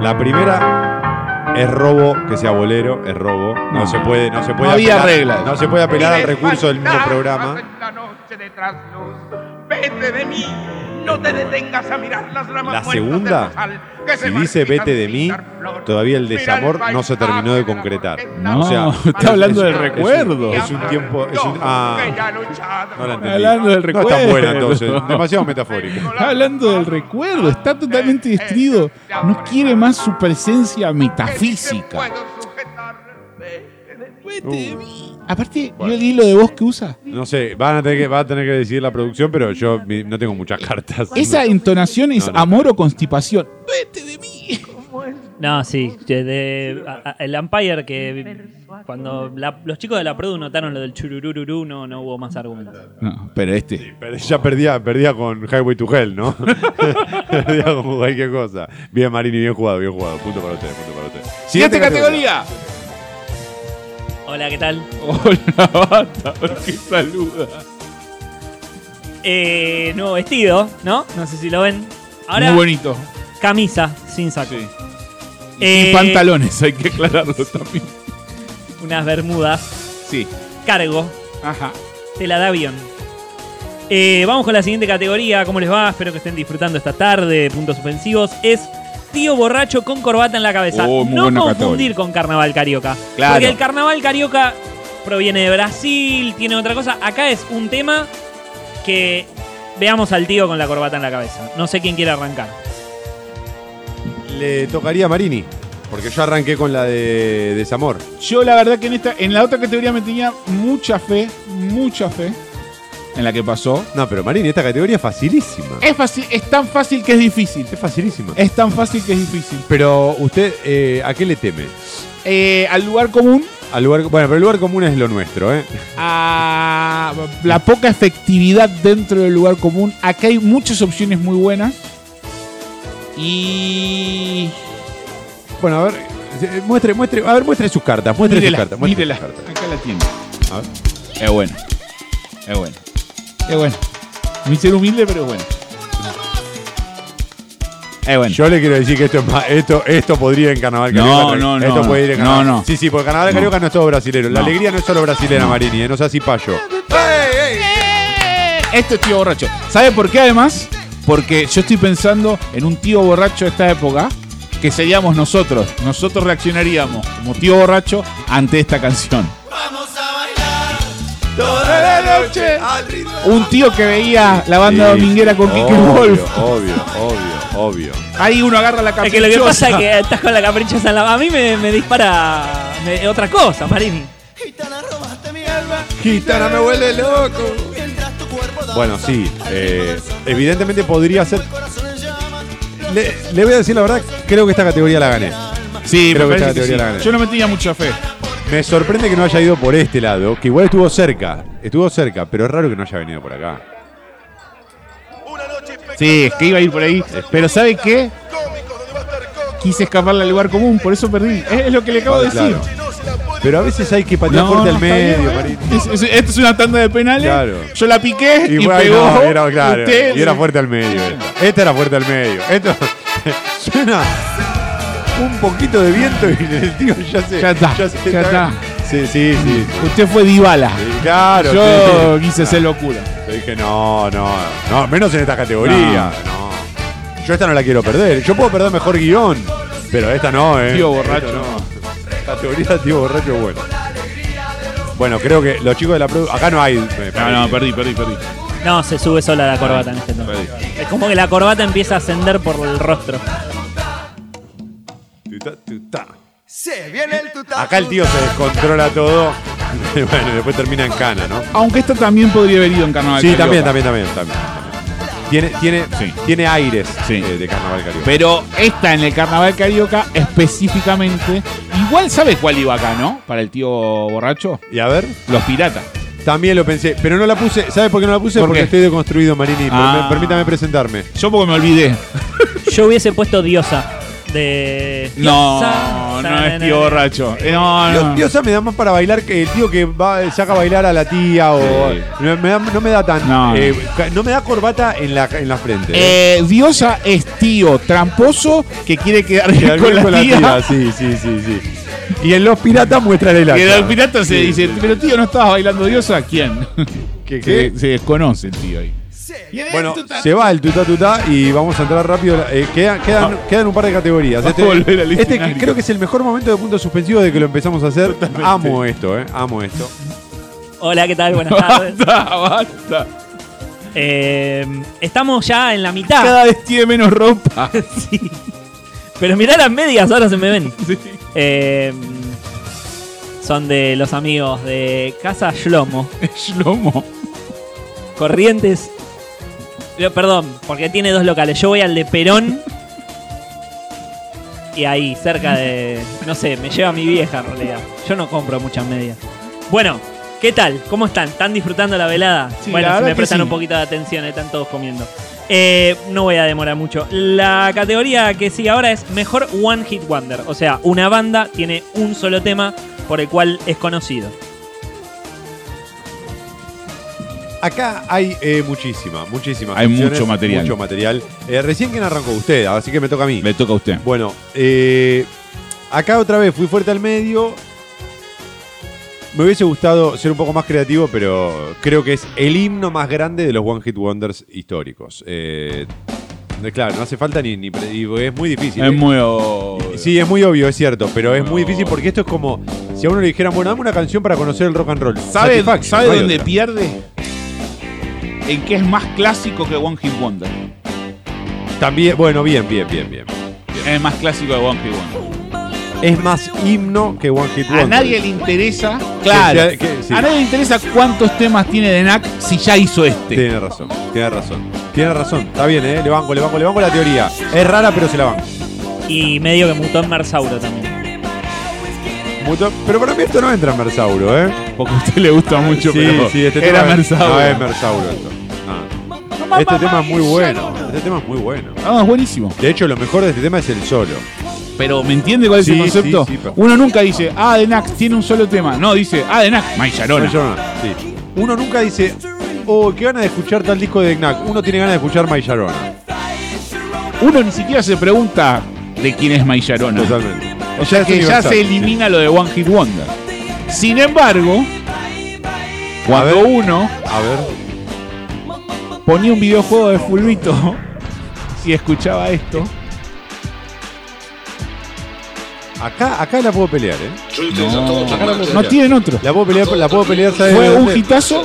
Speaker 2: La primera es robo, que sea bolero, es robo. No, se puede, no se puede
Speaker 3: No había
Speaker 2: apelar,
Speaker 3: reglas.
Speaker 2: No se puede apelar al
Speaker 7: Vive
Speaker 2: recurso del mismo
Speaker 7: fantasmas
Speaker 2: programa.
Speaker 7: en la noche de trasluz. Vete de mí, no te detengas a mirar las ramas
Speaker 2: La
Speaker 7: muertas
Speaker 2: segunda,
Speaker 7: del rosal que se
Speaker 2: si dice
Speaker 7: marchitan
Speaker 2: vete de
Speaker 7: sin
Speaker 2: mí,
Speaker 7: dar flor.
Speaker 2: todavía el
Speaker 7: Mira
Speaker 2: desamor
Speaker 7: el
Speaker 2: no se
Speaker 7: paisaje
Speaker 2: terminó de
Speaker 7: del amor
Speaker 2: concretar.
Speaker 7: que
Speaker 3: No,
Speaker 2: O sea,
Speaker 3: está
Speaker 2: es un-
Speaker 3: hablando
Speaker 2: es
Speaker 3: del
Speaker 2: un-
Speaker 3: recuerdo.
Speaker 2: Es un, tiempo. Es un, ah,
Speaker 7: que ya ha luchado
Speaker 2: no la
Speaker 7: con-
Speaker 2: entendí.
Speaker 3: Hablando del
Speaker 2: No es tan buena
Speaker 3: recuerdo. *laughs*
Speaker 2: entonces. Demasiado metafórica.
Speaker 3: Está hablando del recuerdo, está totalmente destruido. No quiere más su presencia metafísica. Vete de mí. Aparte, ¿vio el hilo de voz que usa?
Speaker 2: Uh, No sé, van a tener que, va a tener que decidir la producción, pero yo mi- no tengo muchas cartas.
Speaker 3: Esa entonación es
Speaker 2: No, no.
Speaker 3: amor o constipación. Vete de mí.
Speaker 4: No, sí. de- de- a- a- el Empire que cuando la- los chicos de la Produ notaron lo del chururururú, no, no hubo más argumentos.
Speaker 3: No, pero este.
Speaker 2: Pero ya perdía, perdía con Highway to Hell,
Speaker 3: *laughs*
Speaker 2: ¿no? *laughs* perdía con cualquier cosa. Bien, Marini, bien jugado, bien jugado. Punto para usted, punto para usted.
Speaker 3: Siguiente categoría.
Speaker 4: Hola, ¿qué tal?
Speaker 3: Hola, bata. Qué saluda.
Speaker 4: Eh, nuevo vestido, ¿no? No sé si lo ven. Ahora,
Speaker 3: Muy bonito.
Speaker 4: camisa sin saco.
Speaker 3: Sí. Y
Speaker 4: Eh,
Speaker 3: sin pantalones, hay que aclararlo también.
Speaker 4: Unas bermudas.
Speaker 3: Sí.
Speaker 4: Cargo.
Speaker 3: Ajá.
Speaker 4: Tela de avión. Eh, vamos con la siguiente categoría. ¿Cómo les va? Espero que estén disfrutando esta tarde. Puntos ofensivos. Es tío borracho con corbata en la cabeza.
Speaker 3: Oh, muy
Speaker 4: no
Speaker 3: buena
Speaker 4: confundir
Speaker 3: categoría.
Speaker 4: con carnaval carioca.
Speaker 3: Claro.
Speaker 4: Porque el carnaval carioca proviene de Brasil, tiene otra cosa. Acá es un tema que veamos al tío con la corbata en la cabeza. No sé quién quiere arrancar.
Speaker 2: Le tocaría a Marini, porque yo arranqué con la de Desamor.
Speaker 3: Yo la verdad que en esta, en la otra categoría me tenía mucha fe, mucha fe en la que pasó.
Speaker 2: No, pero Marini, esta categoría es facilísima.
Speaker 3: Es fácil, es tan fácil que es difícil.
Speaker 2: Es facilísima.
Speaker 3: Es tan fácil que es difícil.
Speaker 2: Pero usted, eh, ¿a qué le teme?
Speaker 3: Eh, al lugar común,
Speaker 2: Al lugar, bueno, pero el lugar común es lo nuestro, ¿eh? *laughs*
Speaker 3: a la poca efectividad dentro del lugar común. Acá hay muchas opciones muy buenas. Y
Speaker 2: Bueno, a ver, eh, muestre, muestre, a ver, muestre sus cartas, muestre
Speaker 3: Mírela,
Speaker 2: sus cartas. Muestre
Speaker 3: mírela.
Speaker 2: sus cartas.
Speaker 3: Acá la tiene.
Speaker 2: A ver.
Speaker 3: Es bueno. Es bueno. Es bueno. Muy ser humilde, pero es bueno. Es bueno.
Speaker 2: Yo le quiero decir que esto es más- esto, esto podría ir en Carnaval
Speaker 3: No,
Speaker 2: Carioca.
Speaker 3: no, no,
Speaker 2: Esto
Speaker 3: no.
Speaker 2: puede ir en
Speaker 3: No,
Speaker 2: Carnaval.
Speaker 3: no.
Speaker 2: Sí, sí, porque Carnaval Carioca no es todo brasilero. La
Speaker 3: No.
Speaker 2: alegría no es solo brasilera, Marini, eh, no sea así payo.
Speaker 3: Esto es Este tío borracho. ¿Sabe por qué además? Porque yo estoy pensando en un tío borracho de esta época, que seríamos nosotros. Nosotros reaccionaríamos como tío borracho ante esta canción. Toda la noche. Un tío que veía la banda
Speaker 2: Sí,
Speaker 3: dominguera con Kike
Speaker 2: Eh, obvio,
Speaker 3: Wolf.
Speaker 2: Obvio, obvio, obvio.
Speaker 3: Ahí uno agarra la
Speaker 4: Es que lo que pasa es
Speaker 3: caprichosa.
Speaker 4: que estás con la caprichosa en la... A mí me, me dispara me- otra cosa, Marini.
Speaker 2: Gitana me vuelve loco. Bueno, sí, eh, evidentemente podría ser. Le, le voy a decir la verdad, creo que esta categoría la gané.
Speaker 3: Sí,
Speaker 2: Creo
Speaker 3: me
Speaker 2: que
Speaker 3: parece
Speaker 2: esta
Speaker 3: que
Speaker 2: teoría
Speaker 3: sí.
Speaker 2: la gané.
Speaker 3: Yo no me tenía mucha fe.
Speaker 2: Me sorprende que no haya ido por este lado, que igual estuvo cerca, estuvo cerca, pero es raro que no haya venido por acá.
Speaker 3: Sí, es que iba a ir por ahí. Pero ¿sabe qué? Quise escaparle al lugar común, por eso perdí. Es lo que le acabo de
Speaker 2: Claro.
Speaker 3: decir.
Speaker 2: Pero a veces hay que patear fuerte al medio, Marín.
Speaker 3: Es- es- Esto es una tanda de penales.
Speaker 2: Claro.
Speaker 3: Yo la piqué y,
Speaker 2: Y, bueno,
Speaker 3: pegó.
Speaker 2: no, *laughs* era, claro,
Speaker 3: Usted-
Speaker 2: y era fuerte al medio. Esta, Esta era fuerte al medio. Esto *laughs* suena un poquito de viento y el tío ya se.
Speaker 3: Ya está, ya
Speaker 2: Sí, sí, sí.
Speaker 3: Usted fue Dybala.
Speaker 2: Sí, Claro.
Speaker 3: Yo
Speaker 2: sí.
Speaker 3: quise ser locura.
Speaker 2: Yo dije, no, no, no, menos en esta categoría. No. Yo esta no la quiero perder. Yo puedo perder mejor guión, pero esta no, ¿eh?
Speaker 3: Tío borracho.
Speaker 2: Esta no. Categoría tío borracho, bueno. Bueno, creo que los chicos de la produ- Acá no hay.
Speaker 3: No, no, perdí, perdí, perdí.
Speaker 4: No, se sube sola la corbata en este tema. Es como que la corbata empieza a ascender por el rostro.
Speaker 2: Tuta, tuta.
Speaker 5: Se viene el tuta.
Speaker 2: Acá el tío se descontrola todo. *laughs* bueno, y después termina en cana, ¿no?
Speaker 3: Aunque esta también podría haber ido en carnaval.
Speaker 2: Sí,
Speaker 3: Carioca.
Speaker 2: también, también, también, también. Tiene, tiene,
Speaker 3: Sí.
Speaker 2: tiene aires
Speaker 3: Sí.
Speaker 2: eh, de carnaval carioca.
Speaker 3: Pero esta en el carnaval carioca específicamente. Igual sabe cuál iba acá, ¿no? Para el tío borracho.
Speaker 2: Y a ver.
Speaker 3: Los piratas.
Speaker 2: También lo pensé, pero no la puse. ¿Sabes por qué no la puse?
Speaker 3: ¿Por
Speaker 2: Porque
Speaker 3: qué?
Speaker 2: estoy deconstruido, Marini.
Speaker 3: Ah.
Speaker 2: Perm- Permítame presentarme.
Speaker 3: Yo porque me olvidé.
Speaker 4: Yo hubiese puesto diosa de.
Speaker 3: No, no es tío borracho. Eh, No,
Speaker 2: Dios-
Speaker 3: no.
Speaker 2: Diosa me da más para bailar que el tío que va, saca a bailar a la tía o.
Speaker 3: Sí.
Speaker 2: No, me da, no me da tan. eh,
Speaker 3: No.
Speaker 2: No. me da corbata en la, en la frente. eh.
Speaker 3: Eh, Diosa es tío tramposo que quiere quedar bien
Speaker 2: Quedar
Speaker 3: con,
Speaker 2: bien
Speaker 3: la tía.
Speaker 2: sí, sí, sí, sí. Y en los piratas muestra el
Speaker 3: *laughs* Que
Speaker 2: hacha.
Speaker 3: el pirata se
Speaker 2: Sí,
Speaker 3: dice,
Speaker 2: sí.
Speaker 3: pero tío, ¿no estabas bailando Diosa? ¿Quién?
Speaker 2: *laughs* ¿Qué, qué?
Speaker 3: Se, se desconoce el tío ahí. Y en el
Speaker 2: Bueno,
Speaker 3: tuta-
Speaker 2: se va el tuta tuta y vamos a entrar rápido. Eh, quedan, quedan, quedan un par de categorías.
Speaker 3: Vamos Ah. a volver al
Speaker 2: este
Speaker 3: escenario.
Speaker 2: creo que es el mejor momento de punto suspensivo de que lo empezamos a hacer. Amo esto, eh. Amo esto.
Speaker 4: Hola,
Speaker 3: *laughs*
Speaker 4: ¿qué tal? Buenas
Speaker 3: Ah,
Speaker 4: tardes.
Speaker 3: Basta, basta.
Speaker 4: Eh, estamos ya en la mitad.
Speaker 3: Cada vez tiene menos ropa. *laughs*
Speaker 4: *laughs* Sí. Pero mirá las medias, ahora se
Speaker 3: *laughs*
Speaker 4: me ven. Eh, son de los amigos de Casa Shlomo,
Speaker 3: Es lomo.
Speaker 4: Corrientes. Eh, Perdón, porque tiene dos locales. Yo voy al de Perón. Y ahí, cerca de. No sé, me lleva mi vieja en realidad. Yo no compro muchas medias. Bueno, ¿qué tal? ¿Cómo están? ¿Están disfrutando la velada?
Speaker 3: Sí, la
Speaker 4: bueno, si
Speaker 3: verdad
Speaker 4: me
Speaker 3: que
Speaker 4: prestan
Speaker 3: sí.
Speaker 4: un poquito de atención, eh, están todos comiendo. Eh, no voy a demorar mucho. La categoría que sigue ahora es mejor One Hit Wonder. O sea, una banda tiene un solo tema por el cual es conocido.
Speaker 2: Acá hay eh, muchísima, muchísima.
Speaker 3: Hay mucho material.
Speaker 2: Mucho material. Eh, recién que arrancó usted, así que me toca a mí.
Speaker 3: Le toca a usted.
Speaker 2: Bueno, eh, acá otra vez fui fuerte al medio. Me hubiese gustado ser un poco más creativo, pero creo que es el himno más grande de los One Hit Wonders históricos. Eh, claro, no hace falta ni... ni pre- y es muy difícil.
Speaker 3: Es
Speaker 2: eh.
Speaker 3: muy.
Speaker 2: Sí, es muy obvio, es cierto, pero es muy difícil porque esto es como si a uno le dijeran, bueno, dame una canción para conocer el rock and roll.
Speaker 3: ¿Sabe,
Speaker 2: Satisfaction,
Speaker 3: sabe
Speaker 2: no hay
Speaker 3: dónde
Speaker 2: otra.
Speaker 3: pierde? En qué es más clásico que One Hit Wonder.
Speaker 2: También, bueno, bien, bien, bien, bien.
Speaker 3: Es más clásico que One Hit Wonder.
Speaker 2: Es más himno que One Hit Wonder.
Speaker 3: A nadie le interesa. Claro.
Speaker 2: Que- que- sí.
Speaker 3: A nadie le interesa cuántos temas tiene de NAC si ya hizo este.
Speaker 2: Tiene razón, tiene razón. Tiene razón, está bien, ¿eh? Le banco, le banco, le banco la teoría. Es rara, pero se la banco.
Speaker 4: Y medio que mutó en Marsauro también.
Speaker 2: Mucho- Pero para mí esto no entra en Mersauro, ¿eh?
Speaker 3: Porque a usted le gusta mucho, pero era
Speaker 2: este tema-
Speaker 3: Mersauro.
Speaker 2: No, es Mersauro esto. No. Este tema es muy bueno. Este tema es muy bueno.
Speaker 3: Ah, es buenísimo.
Speaker 2: De hecho, lo mejor de este tema es el solo.
Speaker 3: Pero ¿me entiende cuál es el
Speaker 2: Sí,
Speaker 3: concepto?
Speaker 2: sí, sí, pero-
Speaker 3: Uno nunca dice, ah, de Nax tiene un solo tema. No, dice, ah, de Nax, May Sharona.
Speaker 2: No, yo no. Sí. Uno nunca dice, oh, qué ganas de escuchar tal disco de Knack. Uno tiene ganas de escuchar My Sharona.
Speaker 3: Uno ni siquiera se pregunta de quién es May Sharona.
Speaker 2: Totalmente.
Speaker 3: O sea
Speaker 2: es
Speaker 3: que ya
Speaker 2: universal,
Speaker 3: se
Speaker 2: sí.
Speaker 3: elimina lo de One Hit Wonder. Sin embargo, cuando
Speaker 2: ver.
Speaker 3: uno
Speaker 2: A ver.
Speaker 3: ponía un videojuego de Fulvito y escuchaba esto,
Speaker 2: Acá, acá la puedo pelear, ¿eh?
Speaker 3: no tienen otro.
Speaker 2: La puedo pelear, la puedo pelear, ¿sabes?
Speaker 3: Fue un
Speaker 2: dónde?
Speaker 3: hitazo.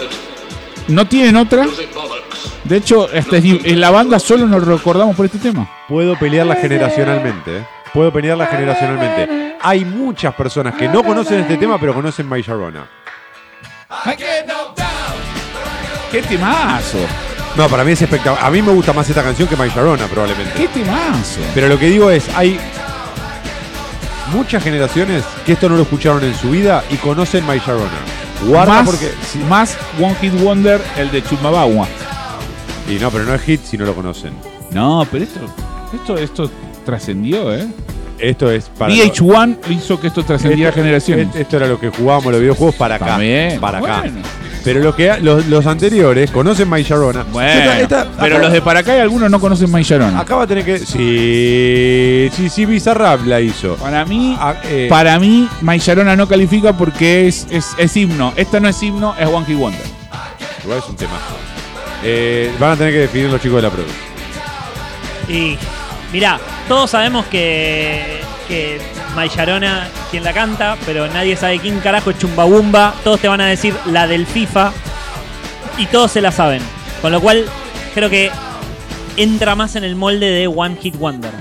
Speaker 3: No tienen otra. De hecho, hasta es di- en la banda solo nos recordamos por este tema.
Speaker 2: Puedo pelearla generacionalmente. ¿eh? Puedo pelearla generacionalmente. Hay muchas personas que no conocen este tema, pero conocen My Sharona.
Speaker 3: ¡Qué temazo!
Speaker 2: No, para mí es espectacular. A mí me gusta más esta canción que My Sharona, probablemente.
Speaker 3: ¡Qué temazo!
Speaker 2: Pero lo que digo es, hay muchas generaciones que esto no lo escucharon en su vida y conocen My Sharona. Guarda
Speaker 3: más,
Speaker 2: porque... sí.
Speaker 3: más One Hit Wonder el de Chumabawa.
Speaker 2: Y no, pero no es hit si no lo conocen.
Speaker 3: No, pero esto, esto, esto trascendió, ¿eh?
Speaker 2: Esto es para. Este,
Speaker 3: VH1 hizo que esto trascendiera
Speaker 2: Esto-
Speaker 3: generaciones.
Speaker 2: est- Esto era lo que jugábamos los videojuegos para acá.
Speaker 3: También.
Speaker 2: Para acá.
Speaker 3: Bueno.
Speaker 2: Pero lo que, ha- los, los anteriores, conocen My Sharona.
Speaker 3: bueno,
Speaker 2: este, Esta- esta-
Speaker 3: pero
Speaker 2: acá-
Speaker 3: los de para acá y algunos no conocen Mike Sharona.
Speaker 2: Acá va a tener que. Sí, sí, sí, Bizarrap la hizo.
Speaker 3: Para mí,
Speaker 2: Ah, eh,
Speaker 3: para mí, Mike Sharona no califica porque es, es, es himno. Esta no es himno, es One Hit Wonder.
Speaker 2: Igual es un tema. Eh, van a tener que definir los chicos de la producción.
Speaker 4: Y mirá, todos sabemos que, que May Sharona quien la canta, pero nadie sabe quién carajo es Chumbawumba. Todos te van a decir la del FIFA y todos se la saben. Con lo cual, creo que entra más en el molde de One Hit Wonder.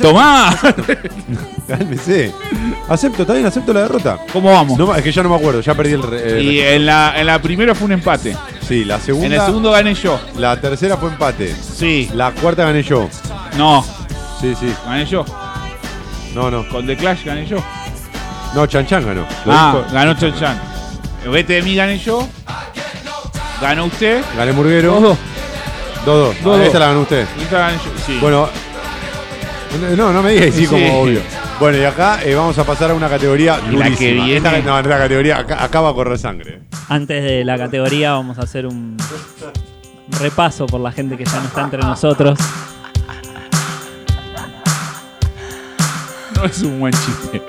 Speaker 3: Tomá,
Speaker 2: Cálmese. Acepto, está bien, acepto la derrota.
Speaker 3: ¿cómo vamos?
Speaker 2: No, es que ya no me acuerdo, ya perdí el. re- el-
Speaker 3: y en la, en la primera fue un empate.
Speaker 2: sí, la segunda.
Speaker 3: eh. En el segundo gané yo.
Speaker 2: La tercera fue empate.
Speaker 3: Sí.
Speaker 2: La cuarta gané yo.
Speaker 3: No,
Speaker 2: Sí, sí.
Speaker 3: gané yo.
Speaker 2: No, no.
Speaker 3: Con The Clash gané yo.
Speaker 2: No, Chan Chan ganó. Lo
Speaker 3: Ah,
Speaker 2: dijo-
Speaker 3: ganó Chan. Vete de mí, gané yo. Ganó usted.
Speaker 2: Gané Murguero.
Speaker 3: Los dos.
Speaker 2: 2-2.
Speaker 3: Dos, dos.
Speaker 2: Esta la ganó usted.
Speaker 3: Y esta gané yo. Sí.
Speaker 2: Bueno. No, no me digas sí,
Speaker 3: Sí.
Speaker 2: como obvio. Bueno, y acá eh, vamos a pasar a una categoría
Speaker 3: Y la
Speaker 2: durísima.
Speaker 3: que viene.
Speaker 2: Esta, no, esta categoría acá, acá va a correr sangre.
Speaker 4: Antes de la categoría vamos a hacer un un repaso por la gente que ya no está entre nosotros.
Speaker 3: *laughs* no es un buen chiste.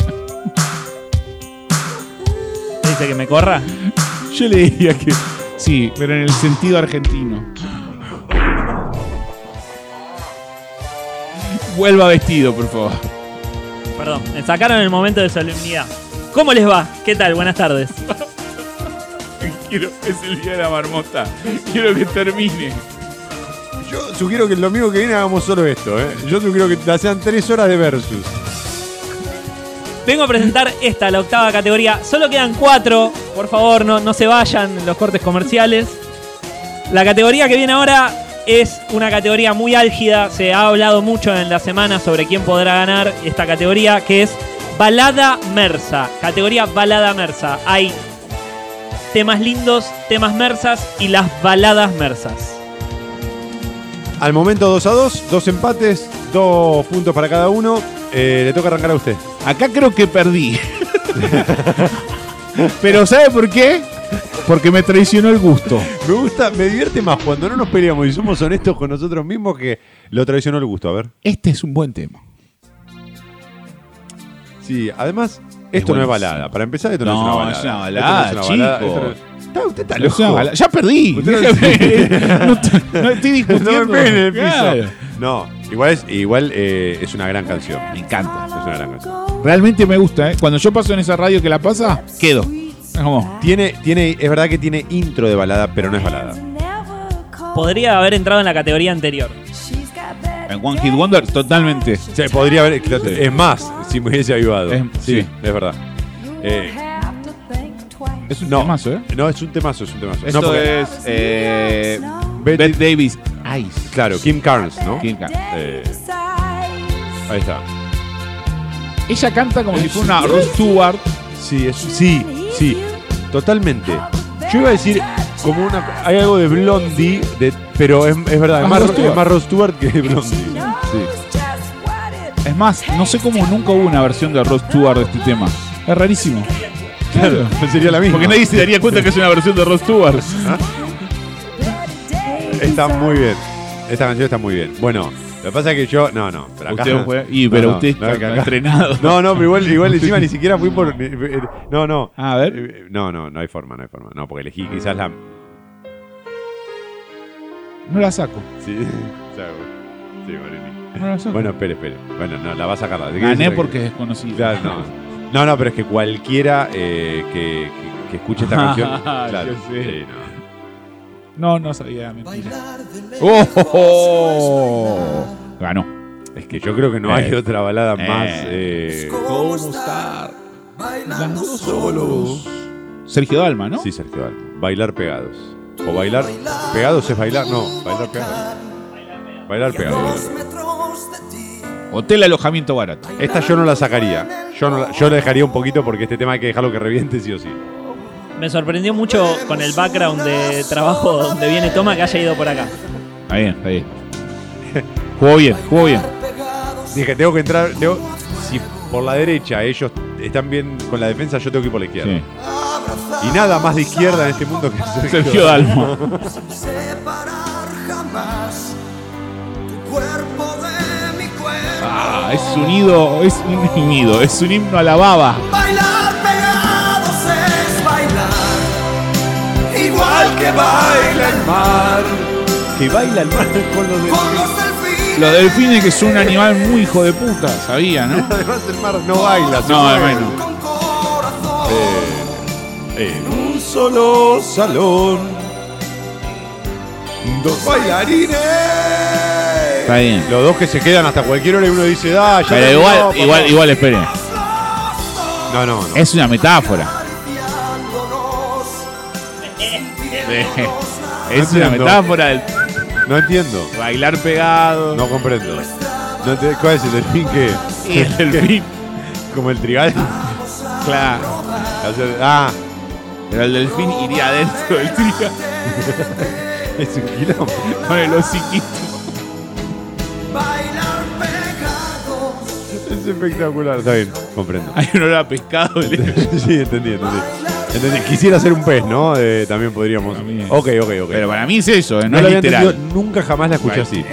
Speaker 4: ¿Te dice que me corra?
Speaker 3: Yo le diría que. Sí, pero en el sentido argentino. Vuelva vestido, por favor.
Speaker 4: Perdón, me sacaron el momento de solemnidad. ¿Cómo les va? ¿Qué tal? Buenas tardes.
Speaker 3: Quiero, es el día de la marmota. Quiero que termine.
Speaker 2: Yo sugiero que el domingo que viene hagamos solo esto, ¿eh? Yo sugiero que la sean tres horas de versus.
Speaker 4: Vengo a presentar esta, la octava categoría. Solo quedan cuatro. Por favor, no, no se vayan en los cortes comerciales. La categoría que viene ahora es una categoría muy álgida. Se ha hablado mucho en la semana sobre quién podrá ganar esta categoría, que es Balada Mersa. Categoría Balada Mersa. Hay temas lindos, temas mersas y las baladas mersas.
Speaker 2: Al momento 2 a 2, dos empates, dos puntos para cada uno. Eh, le toca arrancar a usted.
Speaker 3: Acá creo que perdí. Pero ¿sabe por qué? Porque me traicionó el gusto.
Speaker 2: Me gusta, me divierte más cuando no nos peleamos y somos honestos con nosotros mismos que lo traicionó el gusto. A ver.
Speaker 3: Este es un buen tema.
Speaker 2: Sí, además, esto no es
Speaker 3: buenísimo.
Speaker 2: balada. Para empezar, esto no,
Speaker 3: No,
Speaker 2: es
Speaker 3: es
Speaker 2: una
Speaker 3: una
Speaker 2: balada.
Speaker 3: balada,
Speaker 2: Esto no es una balada,
Speaker 3: chico.
Speaker 2: esto no es- Está- usted está
Speaker 3: O sea,
Speaker 2: loco.
Speaker 3: ya perdí.
Speaker 2: Usted no-
Speaker 3: Déjame. no, te- no estoy discutiendo.
Speaker 2: *laughs* No me peguen en el piso.
Speaker 3: Claro.
Speaker 2: No, igual, es, igual eh, es una gran canción.
Speaker 3: Me
Speaker 2: Es
Speaker 3: encanta.
Speaker 2: una gran canción.
Speaker 3: Realmente me gusta, ¿eh? Cuando yo paso en esa radio que la pasa, quedo. Es como,
Speaker 2: Tiene, tiene, es verdad que tiene intro de balada, pero no es balada.
Speaker 4: Podría haber entrado en la categoría anterior.
Speaker 3: en One Hit Wonder, totalmente.
Speaker 2: Se podría haber. Es más, si me hubiese avivado.
Speaker 3: Es-
Speaker 2: sí,
Speaker 3: sí.
Speaker 2: es verdad. Eh,
Speaker 3: Es un
Speaker 2: no,
Speaker 3: temazo, ¿eh?
Speaker 2: no, es un temazo, es un temazo.
Speaker 3: Esto
Speaker 2: no, porque-
Speaker 3: es eh, Bette,
Speaker 2: Betty-
Speaker 3: Davis. Ice.
Speaker 2: Claro, Kim Carnes, ¿no?
Speaker 3: Kim Carnes.
Speaker 2: Eh, ahí está.
Speaker 3: Ella canta como si fuera una Rod Stewart.
Speaker 2: Sí, es- sí, sí, totalmente. Yo iba a decir como una, hay algo de Blondie, de- pero es, es verdad, es
Speaker 3: Más
Speaker 2: más,
Speaker 3: Rod Stewart.
Speaker 2: es más Rod Stewart que Blondie. Sí.
Speaker 3: Es más, no sé cómo nunca hubo una versión de Rod Stewart de este tema. Es rarísimo.
Speaker 2: Claro, sería la misma.
Speaker 3: Porque nadie se daría cuenta que es una versión de Rod Stewart.
Speaker 2: Está muy bien. Esta canción está muy bien. Bueno, lo que pasa es que yo, no, no, pero acá-
Speaker 3: Usted fue- y, pero usted está
Speaker 2: que acá-
Speaker 3: entrenado.
Speaker 2: No, no, pero igual,
Speaker 3: *laughs*
Speaker 2: igual encima ni siquiera fui por. No, no.
Speaker 3: A ver.
Speaker 2: Eh, No, no, no hay forma, no hay forma. No, porque elegí quizás la.
Speaker 3: No la saco.
Speaker 2: Sí, *laughs* sí, Morini.
Speaker 3: No la saco.
Speaker 2: Bueno, espere, espere. Bueno, no, la va a sacar. la-
Speaker 3: Gané porque es desconocido.
Speaker 2: Claro, no. No, no, pero es que cualquiera eh, que, que- que escuche
Speaker 3: *laughs*
Speaker 2: esta canción.
Speaker 3: Ah,
Speaker 2: Claro,
Speaker 3: yo sé.
Speaker 2: sí, no.
Speaker 3: No, no sabía, mentira. ¡Oh! oh, oh. Ganó.
Speaker 2: Es que yo creo que no hay
Speaker 3: Eh.
Speaker 2: otra balada más. eh,
Speaker 3: ¿Cómo estar? Bailando solos. Sergio Dalma, ¿no?
Speaker 2: Sí, Sergio Dalma. Bailar pegados. O bailar. Pegados es bailar. No, bailar pegados. Bailar pegados.
Speaker 3: Hotel alojamiento barato.
Speaker 2: Esta yo no la sacaría. Yo, no la, yo la dejaría un poquito porque este tema hay que dejarlo que reviente sí o sí.
Speaker 4: Me sorprendió mucho con el background de trabajo donde viene Toma que haya ido por acá.
Speaker 3: Está bien, está bien. Jugó bien, jugó bien.
Speaker 2: Dije, tengo que entrar. tengo- si por la derecha ellos están bien con la defensa, yo tengo que ir por la izquierda.
Speaker 3: Sí.
Speaker 2: Y nada más de izquierda en este mundo que Sergio,
Speaker 3: Sergio Dalmo. Ah, es un nido, es un nido, es un himno a la baba.
Speaker 5: Bailar pegados es bailar, igual que baila el mar.
Speaker 2: Que baila el
Speaker 3: *laughs*
Speaker 2: mar con los
Speaker 5: Con
Speaker 2: delfines.
Speaker 5: los delfines.
Speaker 3: Los delfines que es un animal muy hijo de puta, sabía, ¿no?
Speaker 2: Además, el mar no baila. se
Speaker 3: No,
Speaker 2: mueve.
Speaker 3: bueno.
Speaker 5: Con corazón.
Speaker 2: En un solo salón. Dos bailarines.
Speaker 3: Está bien.
Speaker 2: Los dos que se quedan hasta cualquier hora y uno dice, da, ya
Speaker 3: Pero
Speaker 2: terminó,
Speaker 3: igual,
Speaker 2: papá".
Speaker 3: igual, igual, esperen.
Speaker 2: No, no, no.
Speaker 3: Es una metáfora. Es una
Speaker 2: entiendo.
Speaker 3: metáfora del
Speaker 2: No entiendo.
Speaker 3: bailar pegado.
Speaker 2: No comprendo. No te- ¿Cuál es el delfín que?
Speaker 3: Y el delfín,
Speaker 2: Como el trigal.
Speaker 3: claro.
Speaker 2: Hacer- ah,
Speaker 3: Pero el delfín iría adentro del trío
Speaker 2: es un quilombo.
Speaker 3: con el hociquito.
Speaker 2: Es espectacular. Está bien, comprendo.
Speaker 3: Hay un olor a pescado. le-
Speaker 2: sí, entendí, entendí. Entendí. Quisiera ser un pez, ¿no? Eh, también podríamos.
Speaker 3: También.
Speaker 2: Ok, ok, ok.
Speaker 3: Pero para mí es eso, ¿eh? no,
Speaker 2: No la
Speaker 3: es
Speaker 2: había
Speaker 3: literal.
Speaker 2: entendido, nunca jamás la escuché
Speaker 3: Right.
Speaker 2: así.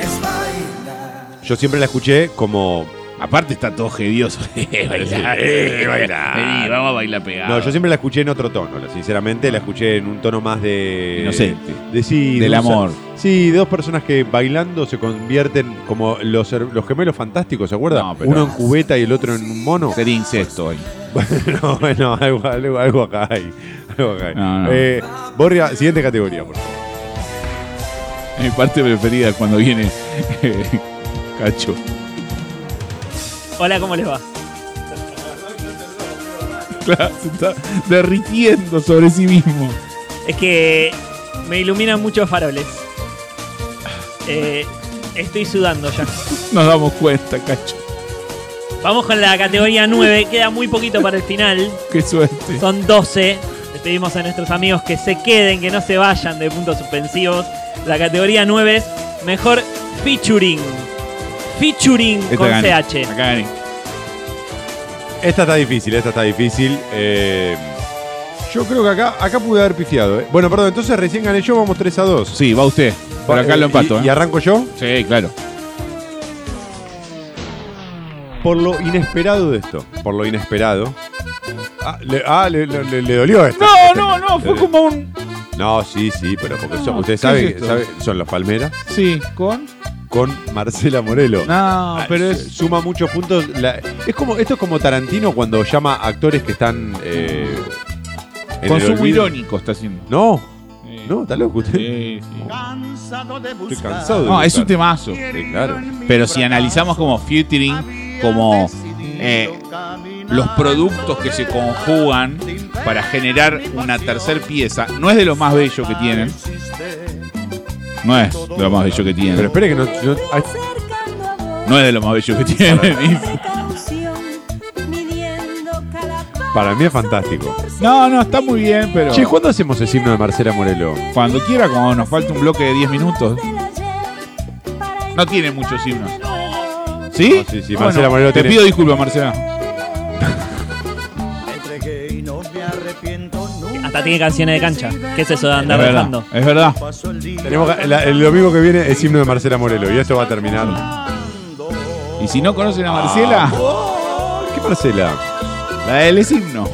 Speaker 2: Yo siempre la escuché como.
Speaker 3: Aparte está todo *laughs* hedioso. bailar,
Speaker 2: Sí.
Speaker 3: eh,
Speaker 2: Bailar.
Speaker 3: bailar. Vení, vamos a bailar pegado.
Speaker 2: No, yo siempre la escuché en otro tono. Sinceramente, la escuché en un tono más de.
Speaker 3: Inocente.
Speaker 2: De, sí,
Speaker 3: Del
Speaker 2: de un-
Speaker 3: amor.
Speaker 2: Sí, dos personas que bailando se convierten como los, her- los gemelos fantásticos, ¿se acuerdan?
Speaker 3: No, pero-
Speaker 2: Uno en cubeta y el otro en un mono.
Speaker 3: Sería incesto hoy.
Speaker 2: *laughs* Bueno, bueno, algo, algo, algo acá hay. Algo acá hay.
Speaker 3: No, no.
Speaker 2: Eh, Borria, siguiente categoría, por favor.
Speaker 3: *laughs* Mi parte preferida es cuando viene *laughs* Cacho.
Speaker 4: Hola, ¿cómo les va?
Speaker 3: Claro, se está derritiendo sobre sí mismo.
Speaker 4: Es que me iluminan muchos faroles. Eh, estoy sudando ya.
Speaker 3: Nos damos cuenta, Cacho.
Speaker 4: Vamos con la categoría 9. Queda muy poquito para el final.
Speaker 3: Qué suerte.
Speaker 4: Son 12. Les pedimos a nuestros amigos que se queden, que no se vayan de puntos suspensivos. La categoría 9 es mejor featuring. Featuring
Speaker 3: Esta
Speaker 4: con
Speaker 3: gané.
Speaker 4: CH.
Speaker 3: Acá gané.
Speaker 2: Esta está difícil, esta está difícil. Eh, yo creo que acá, acá pude haber pifiado. eh. Bueno, perdón, entonces recién gané yo, vamos 3 a 2.
Speaker 3: Sí, va usted. Por acá
Speaker 2: Eh,
Speaker 3: lo empato.
Speaker 2: Y,
Speaker 3: ¿eh?
Speaker 2: y arranco yo
Speaker 3: Sí, claro.
Speaker 2: por lo inesperado de esto. Por lo inesperado. Ah, le, ah, le- le- le- le dolió esto.
Speaker 3: No, no, no, fue
Speaker 2: Eh,
Speaker 3: como un.
Speaker 2: No, sí, sí, pero porque son-
Speaker 3: No,
Speaker 2: ustedes
Speaker 3: ¿qué
Speaker 2: saben,
Speaker 3: es
Speaker 2: que
Speaker 3: esto?
Speaker 2: saben- son los Palmeras
Speaker 3: Sí, con.
Speaker 2: con Marcela Morelo.
Speaker 3: No,
Speaker 2: Ah,
Speaker 3: pero
Speaker 2: se-
Speaker 3: es.
Speaker 2: suma muchos puntos. la- es como esto es como Tarantino cuando llama a actores que están eh, en el
Speaker 3: Consumo
Speaker 2: olvido.
Speaker 3: irónico está haciendo.
Speaker 2: No,
Speaker 3: Sí.
Speaker 2: no, está loco usted.
Speaker 3: Sí, sí.
Speaker 2: Estoy cansado. de
Speaker 3: No, es un
Speaker 2: buscar.
Speaker 3: temazo.
Speaker 2: Sí, claro.
Speaker 3: Pero si analizamos como featuring, como eh, los productos que se conjugan para generar una tercer pieza, no es de lo más bello que tienen. No es de lo más bello que
Speaker 2: Pero
Speaker 3: tienen.
Speaker 2: espere que no. no- ay,
Speaker 3: No es de lo más bello que tienen.
Speaker 2: para mí es fantástico.
Speaker 3: No, no, está muy bien, pero
Speaker 2: Che, ¿cuándo hacemos el himno de Marcela Morelo?
Speaker 3: cuando quiera, como nos falta un bloque de 10 minutos. No tiene muchos himnos. ¿Sí?
Speaker 2: No, Ah, sí, sí, Marcela Morelo
Speaker 3: Te
Speaker 2: tiene-
Speaker 3: pido disculpas, Marcela.
Speaker 4: Hasta tiene canciones de cancha. ¿Qué es eso de
Speaker 3: Es
Speaker 4: andar
Speaker 3: verdad,
Speaker 4: dejando?
Speaker 3: es verdad.
Speaker 2: Tenemos que- la- el domingo que viene es himno de Marcela Morelo y eso va a terminar.
Speaker 3: Y si no conocen a
Speaker 2: Ah,
Speaker 3: Marcela,
Speaker 2: ¿Qué Marcela?
Speaker 3: La del es himno.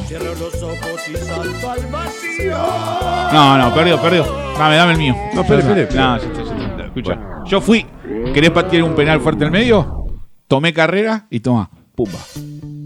Speaker 3: No, no, perdió, perdió. Dame, dame el mío.
Speaker 2: No, espere, espere, espere.
Speaker 3: No, ya está, ya está. Escucha. Yo fui. ¿Querés patear un penal fuerte en el medio? Tomé carrera y toma. Pumba. Eh,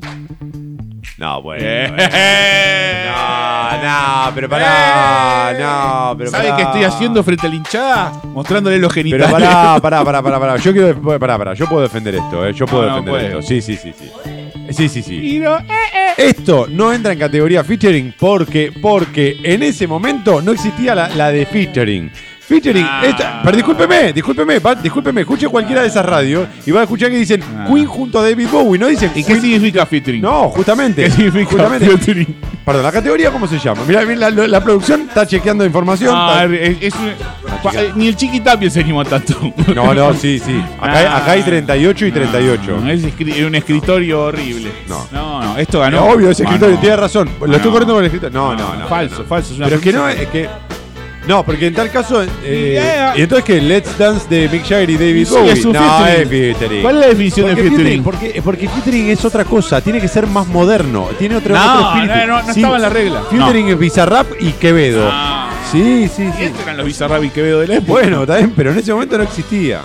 Speaker 2: No, bueno. *laughs* No, no, pero pará. No, pero pará.
Speaker 3: ¿Sabes qué Eh. estoy haciendo frente a la hinchada? Mostrándole los genitales.
Speaker 2: Pero pará,
Speaker 3: *laughs*
Speaker 2: pará, pará, pará, pará. Yo quiero def- pará, pará. Yo puedo defender esto, eh. Yo puedo
Speaker 3: No, no
Speaker 2: defender
Speaker 3: puede.
Speaker 2: esto. Sí, sí, sí, sí. Sí, sí, sí.
Speaker 3: Tiro, eh, eh.
Speaker 2: Esto no entra en categoría featuring porque, porque en ese momento no existía la, la de featuring. Featuring.
Speaker 3: Ah.
Speaker 2: esta- pero discúlpeme, discúlpeme, va- discúlpeme. Escuche cualquiera de esas radios y va a escuchar que dicen
Speaker 3: Ah.
Speaker 2: Queen junto a David Bowie. No dicen
Speaker 3: ¿Y qué
Speaker 2: Queen-
Speaker 3: significa featuring?
Speaker 2: No, justamente.
Speaker 3: ¿Qué significa
Speaker 2: justamente.
Speaker 3: featuring?
Speaker 2: Perdón, ¿la categoría cómo se llama? Mirá, mirá, la, la producción está chequeando información.
Speaker 3: Ah,
Speaker 2: está-
Speaker 3: es- es un- pa- eh, ni el Chiqui Tapia se anima tanto.
Speaker 2: No,
Speaker 3: *laughs*
Speaker 2: no, sí, sí. Acá, hay- acá hay 38 y 38.
Speaker 3: No, es escri- un escritorio horrible.
Speaker 2: No.
Speaker 3: no, no, esto ganó.
Speaker 2: Eh, Obvio, ese
Speaker 3: Ah,
Speaker 2: escritorio,
Speaker 3: no.
Speaker 2: tiene razón. Lo
Speaker 3: Ah,
Speaker 2: estoy
Speaker 3: no.
Speaker 2: corriendo con el escritorio. No, no, no.
Speaker 3: falso,
Speaker 2: no.
Speaker 3: falso. es una
Speaker 2: Pero es que no,
Speaker 3: falsa.
Speaker 2: es que. No, porque en tal caso. eh,
Speaker 3: Yeah.
Speaker 2: ¿Y entonces qué? Let's Dance de Mick Jagger y David
Speaker 3: Sí,
Speaker 2: Bowie.
Speaker 3: es un
Speaker 2: no,
Speaker 3: featuring.
Speaker 2: es featuring.
Speaker 3: ¿Cuál es la definición
Speaker 2: Porque
Speaker 3: de featuring?
Speaker 2: Porque, porque featuring es otra cosa, tiene que ser más moderno, tiene otro,
Speaker 3: No,
Speaker 2: otro espíritu.
Speaker 3: no, no, no estaba en la regla.
Speaker 2: Featuring es Bizarrap y Quevedo.
Speaker 3: Ah.
Speaker 2: Sí, sí,
Speaker 3: Y
Speaker 2: sí.
Speaker 3: estos eran los Bizarrap y Quevedo de *laughs* la época.
Speaker 2: Bueno, también, pero en ese momento no existía.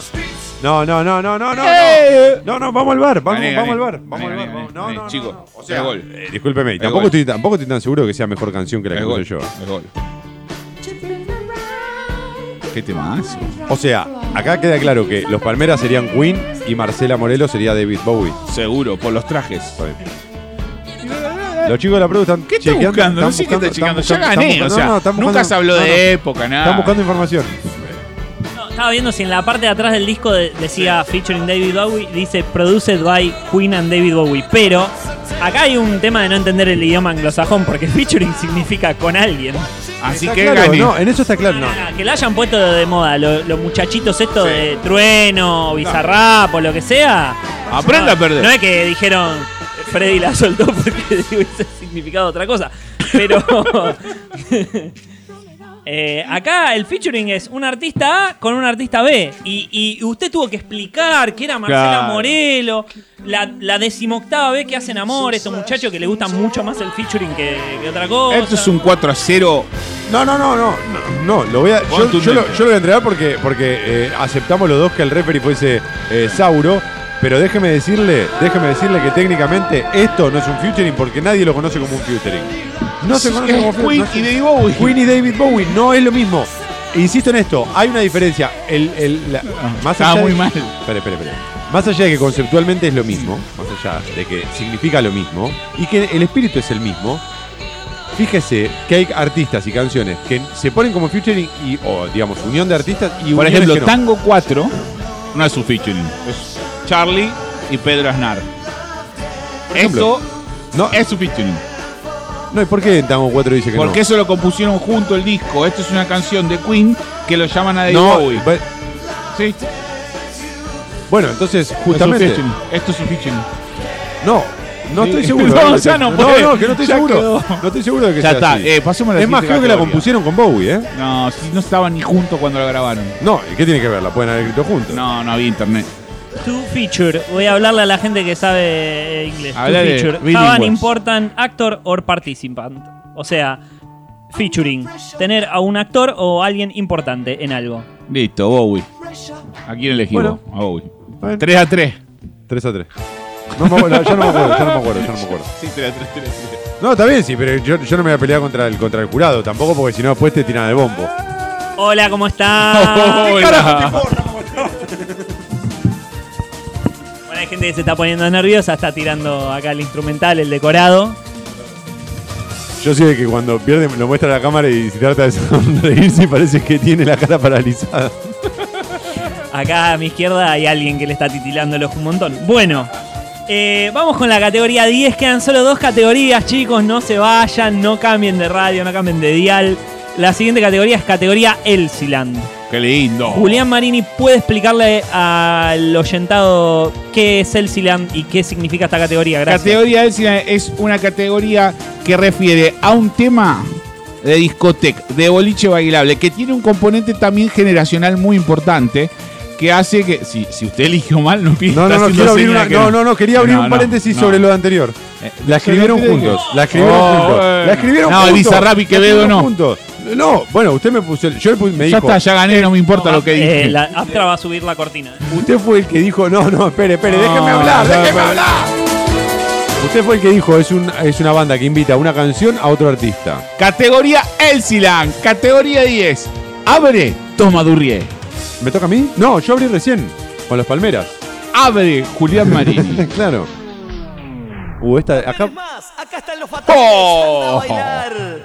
Speaker 2: No, no, no, no, no, no.
Speaker 3: Eh.
Speaker 2: No, no, no, vamos al bar, vamos,
Speaker 3: Gané,
Speaker 2: vamos al
Speaker 3: gané.
Speaker 2: bar. Vamos
Speaker 3: Gané,
Speaker 2: al bar.
Speaker 3: gané,
Speaker 2: vamos- No,
Speaker 3: gané.
Speaker 2: no, no,
Speaker 3: Chico,
Speaker 2: no. O sea,
Speaker 3: es gol.
Speaker 2: eh, discúlpeme, y
Speaker 3: Es
Speaker 2: tampoco
Speaker 3: gol.
Speaker 2: estoy, tan- tampoco estoy tan seguro que sea mejor canción que la que
Speaker 3: Es
Speaker 2: puse
Speaker 3: gol,
Speaker 2: yo.
Speaker 3: es gol. ¿Qué temazo?
Speaker 2: O sea, acá queda claro que los Palmeras serían Queen y Marcela Morelo sería David Bowie.
Speaker 3: Seguro, por los trajes.
Speaker 2: Los chicos de la produ están
Speaker 3: ¿Qué está
Speaker 2: chequeando,
Speaker 3: buscando? No
Speaker 2: están
Speaker 3: sé qué está
Speaker 2: buscando, están
Speaker 3: checando. Ya
Speaker 2: buscando,
Speaker 3: gané,
Speaker 2: están
Speaker 3: o
Speaker 2: buscando-
Speaker 3: sea,
Speaker 2: no, no, están
Speaker 3: nunca
Speaker 2: buscando-
Speaker 3: se habló
Speaker 2: no, no.
Speaker 3: de época, nada.
Speaker 2: Están buscando información.
Speaker 4: No, estaba viendo si en la parte de atrás del disco de- decía featuring David Bowie, dice produced by Queen and David Bowie. Pero acá hay un tema de no entender el idioma anglosajón, porque *laughs* featuring significa con alguien. Ah,
Speaker 3: Así
Speaker 2: Está
Speaker 3: que
Speaker 2: claro,
Speaker 3: gané.
Speaker 2: No, en eso está claro, no.
Speaker 4: Que la hayan puesto de moda, lo- los muchachitos estos
Speaker 3: Sí.
Speaker 4: de trueno, bizarrap o lo que sea.
Speaker 3: Aprenda a perder.
Speaker 4: No es que dijeron Freddy la soltó porque *laughs* hubiese significado otra cosa. Pero. *laughs* eh, acá el featuring es un artista A con un artista B. Y, y usted tuvo que explicar que era Marcela
Speaker 3: Claro.
Speaker 4: Morelo, la, la decimoctava B que hacen amor, estos muchachos que le gusta mucho más el featuring que, que otra cosa.
Speaker 3: Esto es un 4 a 0.
Speaker 2: No, no, no, no, no, no, lo voy a, yo,
Speaker 3: Contundente.
Speaker 2: yo lo, yo lo voy a entregar porque, porque eh, aceptamos los dos que el referee fuese eh, Sauro, pero déjeme decirle, déjeme decirle que técnicamente esto no es un featuring porque nadie lo conoce como un featuring. No se
Speaker 3: Sí,
Speaker 2: conoce
Speaker 3: es
Speaker 2: como featuring,
Speaker 3: Queen
Speaker 2: no se-
Speaker 3: y David Bowie.
Speaker 2: Queen y David Bowie no es lo mismo. Insisto en esto, hay una diferencia. El, el- la- más
Speaker 3: Ah, estaba
Speaker 2: allá
Speaker 3: muy
Speaker 2: de-
Speaker 3: mal.
Speaker 2: Espere, espere, espere. Más allá de que conceptualmente es lo mismo, más allá de que significa lo mismo y que el espíritu es el mismo, Fíjese que hay artistas y canciones que se ponen como featuring y, o digamos, unión de artistas y
Speaker 3: Por
Speaker 2: uniones
Speaker 3: ejemplo,
Speaker 2: que no.
Speaker 3: Tango 4 no es un featuring. Es Charlie y Pedro Aznar.
Speaker 2: ejemplo.
Speaker 3: Eso
Speaker 2: No,
Speaker 3: es un featuring.
Speaker 2: no, ¿y por qué en Tango 4 dice que
Speaker 3: Porque
Speaker 2: no?
Speaker 3: eso lo compusieron junto el disco. Esto es una canción de Queen que lo llaman a David
Speaker 2: no,
Speaker 3: Bowie.
Speaker 2: bu-
Speaker 3: Sí,
Speaker 2: bueno, entonces,
Speaker 3: es
Speaker 2: justamente.
Speaker 3: un featuring. Esto es un featuring.
Speaker 2: No, no
Speaker 3: Sí.
Speaker 2: estoy seguro.
Speaker 3: No, ya no
Speaker 2: *laughs* no,
Speaker 3: puede.
Speaker 2: no, que no estoy
Speaker 3: Ya
Speaker 2: seguro.
Speaker 3: quedó.
Speaker 2: No estoy seguro de que
Speaker 3: Ya
Speaker 2: sea
Speaker 3: está,
Speaker 2: así.
Speaker 3: eh, pasemos a la
Speaker 2: es más,
Speaker 3: siguiente
Speaker 2: creo que la compusieron
Speaker 3: categoría.
Speaker 2: con Bowie, ¿eh?
Speaker 3: No, si no estaban ni juntos cuando lo grabaron.
Speaker 2: No, ¿y qué tiene que ver? La pueden haber escrito juntos.
Speaker 3: No, no había internet.
Speaker 4: To feature. Voy a hablarle a la gente que sabe eh, inglés. To
Speaker 3: Hablale,
Speaker 4: feature. Have
Speaker 3: bilingües.
Speaker 4: an important actor or participant. O sea, featuring. Tener a un actor o alguien importante en algo.
Speaker 3: Listo, Bowie. ¿A quién elegimos?
Speaker 2: Bueno.
Speaker 3: a Bowie.
Speaker 2: Bueno.
Speaker 3: 3 a 3.
Speaker 2: 3 a 3. No me acuerdo, ya no me acuerdo, ya no me acuerdo, ya no me *laughs* acuerdo.
Speaker 3: Sí, 3 a 3, 3 a 3.
Speaker 2: No, está bien, sí, pero yo, yo no me voy a pelear contra el, contra el jurado tampoco porque si no después te tiran de bombo.
Speaker 4: Hola, ¿cómo estás?
Speaker 3: *laughs* Hola.
Speaker 4: Bueno, hay gente que se está poniendo nerviosa, está tirando acá el instrumental, el decorado.
Speaker 2: Yo sé que cuando pierde lo muestra a la cámara y se trata de *laughs* sonreírse parece que tiene la cara paralizada.
Speaker 4: Acá a mi izquierda hay alguien que le está titilando el ojo un montón. Bueno, eh, vamos con la categoría 10. Quedan solo dos categorías, chicos. No se vayan, no cambien de radio, no cambien de dial. La siguiente categoría es categoría Elsiland.
Speaker 3: Qué lindo.
Speaker 4: Julián Marini puede explicarle al oyentado qué es Elsiland y qué significa esta categoría. Gracias.
Speaker 3: Categoría del cine es una categoría que refiere a un tema de discoteca, de boliche bailable, que tiene un componente también generacional muy importante, que hace que, si, si usted eligió mal, no pide
Speaker 2: No, no, no, quiero abrir una, no, no, no, quería abrir un paréntesis sobre lo de anterior.
Speaker 3: Eh,
Speaker 2: La escribieron
Speaker 3: sobre lo que-
Speaker 2: juntos, la escribieron
Speaker 3: Oh,
Speaker 2: juntos.
Speaker 3: bueno.
Speaker 2: La escribieron
Speaker 3: No,
Speaker 2: juntos.
Speaker 3: el Bizarrap y
Speaker 2: la
Speaker 3: Quevedo
Speaker 2: escribieron
Speaker 3: no.
Speaker 2: juntos. No, bueno, usted me puso, yo le puse, me
Speaker 3: Ya
Speaker 2: dijo,
Speaker 3: está, ya gané, no me importa lo que
Speaker 4: Eh,
Speaker 3: dije.
Speaker 4: la Astra va a subir la cortina.
Speaker 2: usted fue el que dijo, no, no, espere, espere,
Speaker 3: No,
Speaker 2: déjeme hablar,
Speaker 3: no,
Speaker 2: déjeme
Speaker 3: no.
Speaker 2: hablar. Usted fue el que dijo, es, un, es una banda que invita a una canción a otro artista.
Speaker 3: Categoría Elsilan, categoría 10. Abre, toma Durrié.
Speaker 2: ¿Me toca a mí? No, yo abrí recién, con los Palmeras. *laughs*
Speaker 3: Abre, Julián
Speaker 4: *laughs*
Speaker 3: Marini.
Speaker 2: claro. Uh, esta, acá,
Speaker 4: Oh.
Speaker 8: Acá... Más, acá están los fatales.
Speaker 3: Oh.
Speaker 8: anda a bailar.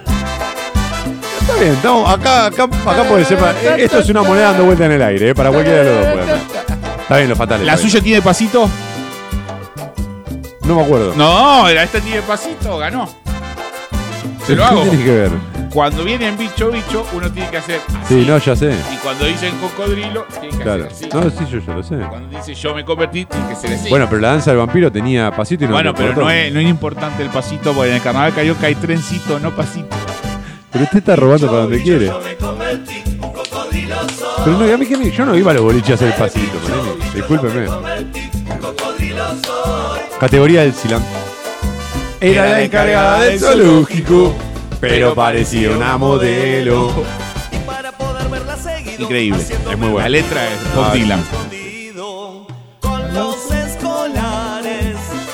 Speaker 2: Está bien, estamos- acá, acá, acá puede ser. para- eh, Esto es una moneda dando vuelta en el aire, eh, para cualquiera de los dos. puede ser. Está bien, los fatales.
Speaker 3: ¿La
Speaker 2: está bien.
Speaker 3: suya tiene pasito?
Speaker 2: No me acuerdo.
Speaker 3: No, la esta tiene pasito, ganó. Se lo
Speaker 2: ¿Qué
Speaker 3: hago.
Speaker 2: tiene que ver?
Speaker 3: Cuando vienen bicho bicho, uno tiene que hacer así.
Speaker 2: Sí, no, ya sé.
Speaker 3: Y cuando dicen cocodrilo, tiene que
Speaker 2: Claro.
Speaker 3: hacer así.
Speaker 2: No, sí, yo ya lo sé.
Speaker 3: Cuando dice yo me convertí, tiene que ser así.
Speaker 2: Bueno, pero la danza del vampiro tenía pasito y no
Speaker 3: Bueno,
Speaker 2: me
Speaker 3: pero
Speaker 2: acordó.
Speaker 3: no es, no es importante el pasito, porque en el carnaval carioca hay trencito, no pasito.
Speaker 2: Pero usted está robando para donde quiere. Pero no, a mí que me- yo no iba a los boliches a hacer el pasito, ponele. discúlpeme. Categoría del silán. Era la encargada del zoológico, pero parecía una modelo.
Speaker 3: Increíble. Es muy
Speaker 2: bueno.
Speaker 3: La letra es Bob
Speaker 2: Ah,
Speaker 3: Dylan.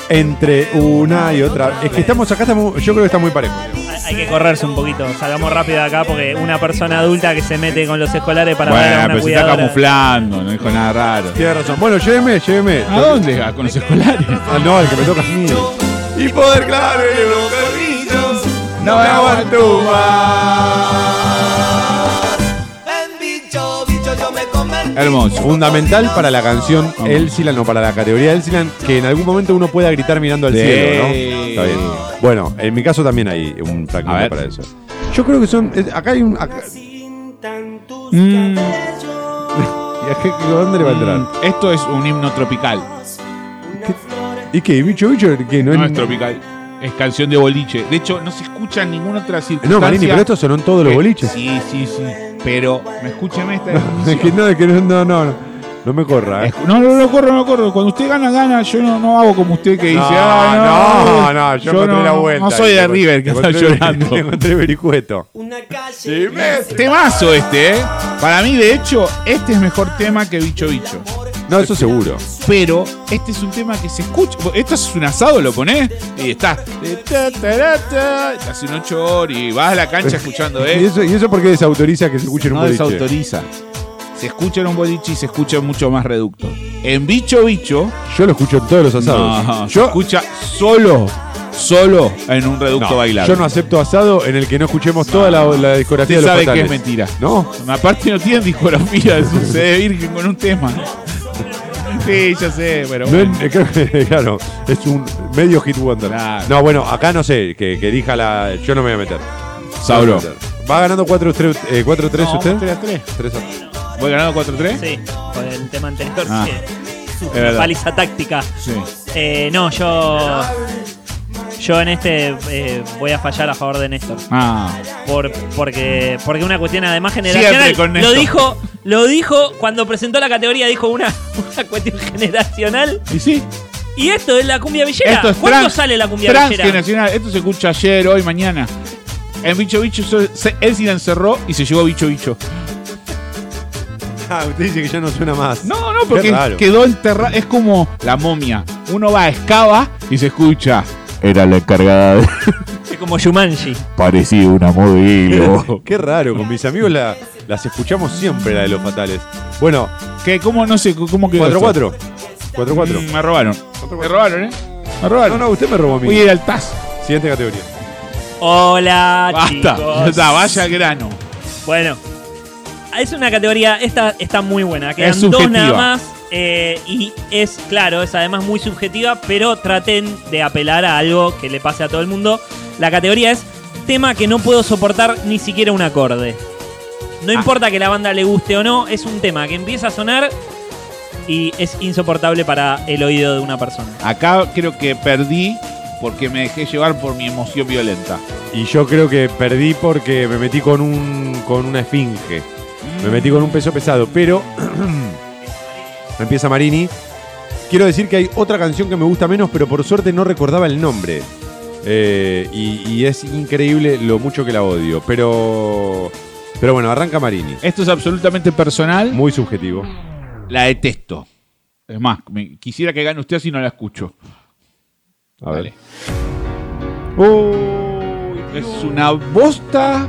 Speaker 2: Entre una y otra. Es que estamos acá, estamos, yo creo que está muy parejo.
Speaker 4: Hay- Hay que correrse un poquito. Salgamos rápido de acá porque una persona adulta que se mete con los escolares para ver a
Speaker 3: Bueno,
Speaker 4: una
Speaker 3: pero se está
Speaker 4: cuidadora.
Speaker 3: camuflando, no dijo nada raro.
Speaker 2: Tiene razón. Bueno, lléveme, lléveme.
Speaker 3: ¿A dónde? va? Con los escolares.
Speaker 2: Ah, no, el que me toca a mí. Y poder claro en los carrillos. No me aguanto
Speaker 6: En bicho, bicho yo me convertí.
Speaker 3: Hermoso.
Speaker 2: Fundamental para la canción El Silan, o para la categoría El Silan, que en algún momento uno pueda gritar mirando al
Speaker 3: Sí.
Speaker 2: cielo, ¿no? Está bien. Bueno, en mi caso también hay un
Speaker 3: A
Speaker 2: fragmento
Speaker 3: ver.
Speaker 2: para eso. Yo creo que son. es- Acá hay un. acá-
Speaker 3: Mm,
Speaker 2: ¿Y acá, qué- dónde le va a entrar?
Speaker 3: esto es un himno tropical. Mm.
Speaker 2: ¿Y qué? ¿Bicho, bicho? que no,
Speaker 3: No
Speaker 2: es
Speaker 3: es tropical. Es canción de boliche. De hecho, no se escucha en ninguna otra circunstancia.
Speaker 2: No, Marini, pero estos sonó en todos los
Speaker 3: Eh,
Speaker 2: boliches.
Speaker 3: Sí, sí, sí. Pero, me escúcheme esta.
Speaker 2: *laughs* Es que no, es que no, no, no. no. No me corra. ¿eh?
Speaker 3: Escu- No, no, no corro, no corro. Cuando usted gana, gana. Yo no, no hago como usted que dice.
Speaker 2: No,
Speaker 3: "Ah,
Speaker 2: no, no, yo, encontré
Speaker 3: no,
Speaker 2: la vuelta.
Speaker 3: No soy de
Speaker 2: Encontré-
Speaker 3: River que está
Speaker 2: encontré- *laughs*
Speaker 3: llorando.
Speaker 2: Encontré vericueto.
Speaker 6: Una calle.
Speaker 3: Temazo este, ¿eh? Para mí, de hecho, este es mejor tema que Bicho Bicho.
Speaker 2: No, eso seguro.
Speaker 3: Pero este es un tema que se escucha. Esto es un asado, lo ponés y está. Ta, ta, ta, ta. Hace un ocho horas y vas a la cancha escuchando,
Speaker 2: ¿Y
Speaker 3: ¿eh?
Speaker 2: eso, ¿Y eso por qué desautoriza que se escuche en un
Speaker 3: No
Speaker 2: boliche?
Speaker 3: desautoriza. Se escucha en un boliche y se escucha mucho más reducto. En Bicho Bicho.
Speaker 2: Yo lo escucho en todos los asados.
Speaker 3: No, se
Speaker 2: Ah, yo,
Speaker 3: escucha solo, solo en un reducto
Speaker 2: no,
Speaker 3: bailable.
Speaker 2: yo no acepto asado en el que no escuchemos toda la, la discografía
Speaker 3: Usted
Speaker 2: de los
Speaker 3: sabe que
Speaker 2: Fatales.
Speaker 3: es mentira.
Speaker 2: ¿No?
Speaker 3: Aparte no tienen discografía, *laughs* es un CD virgen con un tema. Sí, ya sé, pero
Speaker 2: No
Speaker 3: bueno.
Speaker 2: es- eh, creo que, *laughs* claro, es un medio hit wonder.
Speaker 3: Claro.
Speaker 2: No, bueno, acá no sé, que, que elija la. Yo no me voy a meter.
Speaker 3: Saulo.
Speaker 2: No me voy a meter. ¿Va ganando 4-3 eh, 4-3
Speaker 3: No,
Speaker 2: usted?
Speaker 3: 3-3.
Speaker 2: 3 a-
Speaker 3: ¿Voy ganando 4-3?
Speaker 4: Sí, por el tema anterior.
Speaker 3: Ah,
Speaker 4: que es
Speaker 3: es verdad.
Speaker 4: una paliza táctica.
Speaker 3: Sí.
Speaker 4: Eh, no, yo. Yo en este eh, voy a fallar a favor de Néstor.
Speaker 3: Ah,
Speaker 4: Por, porque, porque una cuestión además
Speaker 3: Siempre
Speaker 4: generacional.
Speaker 3: con
Speaker 4: lo
Speaker 3: Néstor.
Speaker 4: dijo, lo dijo cuando presentó la categoría, dijo una, *laughs* una cuestión generacional.
Speaker 3: y sí.
Speaker 4: Y esto es la cumbia villera.
Speaker 3: Esto es
Speaker 4: ¿Cuánto
Speaker 3: trans-
Speaker 4: sale la cumbia villera?
Speaker 3: transgeneracional. Esto se escucha ayer, hoy, mañana. En Bicho Bicho, so- se- él sí la encerró y se llevó Bicho Bicho.
Speaker 2: Ah, usted dice que ya no suena más.
Speaker 3: No, no,
Speaker 2: Qué
Speaker 3: porque
Speaker 2: raro.
Speaker 3: quedó enterrado. Es como la momia. Uno va a excava y se escucha. Era la encargada de. *laughs*
Speaker 4: Es como Shumanji.
Speaker 3: Parecía
Speaker 2: *laughs*
Speaker 3: una modelo.
Speaker 2: Qué raro, con mis amigos la- las escuchamos siempre, la de los fatales. Bueno,
Speaker 3: que cómo no sé, cómo quedó.
Speaker 2: 4-4.
Speaker 3: esto?
Speaker 2: 4-4.
Speaker 3: Mm, me robaron. Me robaron, ¿eh? Me
Speaker 2: No,
Speaker 3: robaron.
Speaker 2: no, usted me robó a mí.
Speaker 3: Voy a ir al TAS.
Speaker 2: Siguiente categoría.
Speaker 4: Hola,
Speaker 3: Basta.
Speaker 4: Ah, chicos.
Speaker 3: Ya está, vaya al grano.
Speaker 4: Bueno, es una categoría, esta está muy buena. Quedan
Speaker 3: Es
Speaker 4: dos
Speaker 3: subjetiva.
Speaker 4: nada más. eh, y es, claro, es además muy subjetiva, pero traten de apelar a algo que le pase a todo el mundo. La categoría es tema que no puedo soportar ni siquiera un acorde. No
Speaker 3: Ah.
Speaker 4: importa que la banda le guste o no, es un tema que empieza a sonar y es insoportable para el oído de una persona.
Speaker 3: Acá creo que perdí porque me dejé llevar por mi emoción violenta.
Speaker 2: Y yo creo que perdí porque me metí con un con una esfinge. Me metí con un peso pesado, pero *clears throat* empieza Marini. Quiero decir que hay otra canción que me gusta menos, pero por suerte no recordaba el nombre. Eh, y, y es increíble lo mucho que la odio. Pero, pero bueno, arranca Marini.
Speaker 3: Esto es absolutamente personal.
Speaker 2: Muy subjetivo.
Speaker 3: La detesto. Es más, me- quisiera que gane usted así no la escucho.
Speaker 2: A ver. Oh,
Speaker 3: Dale. es una *laughs* bosta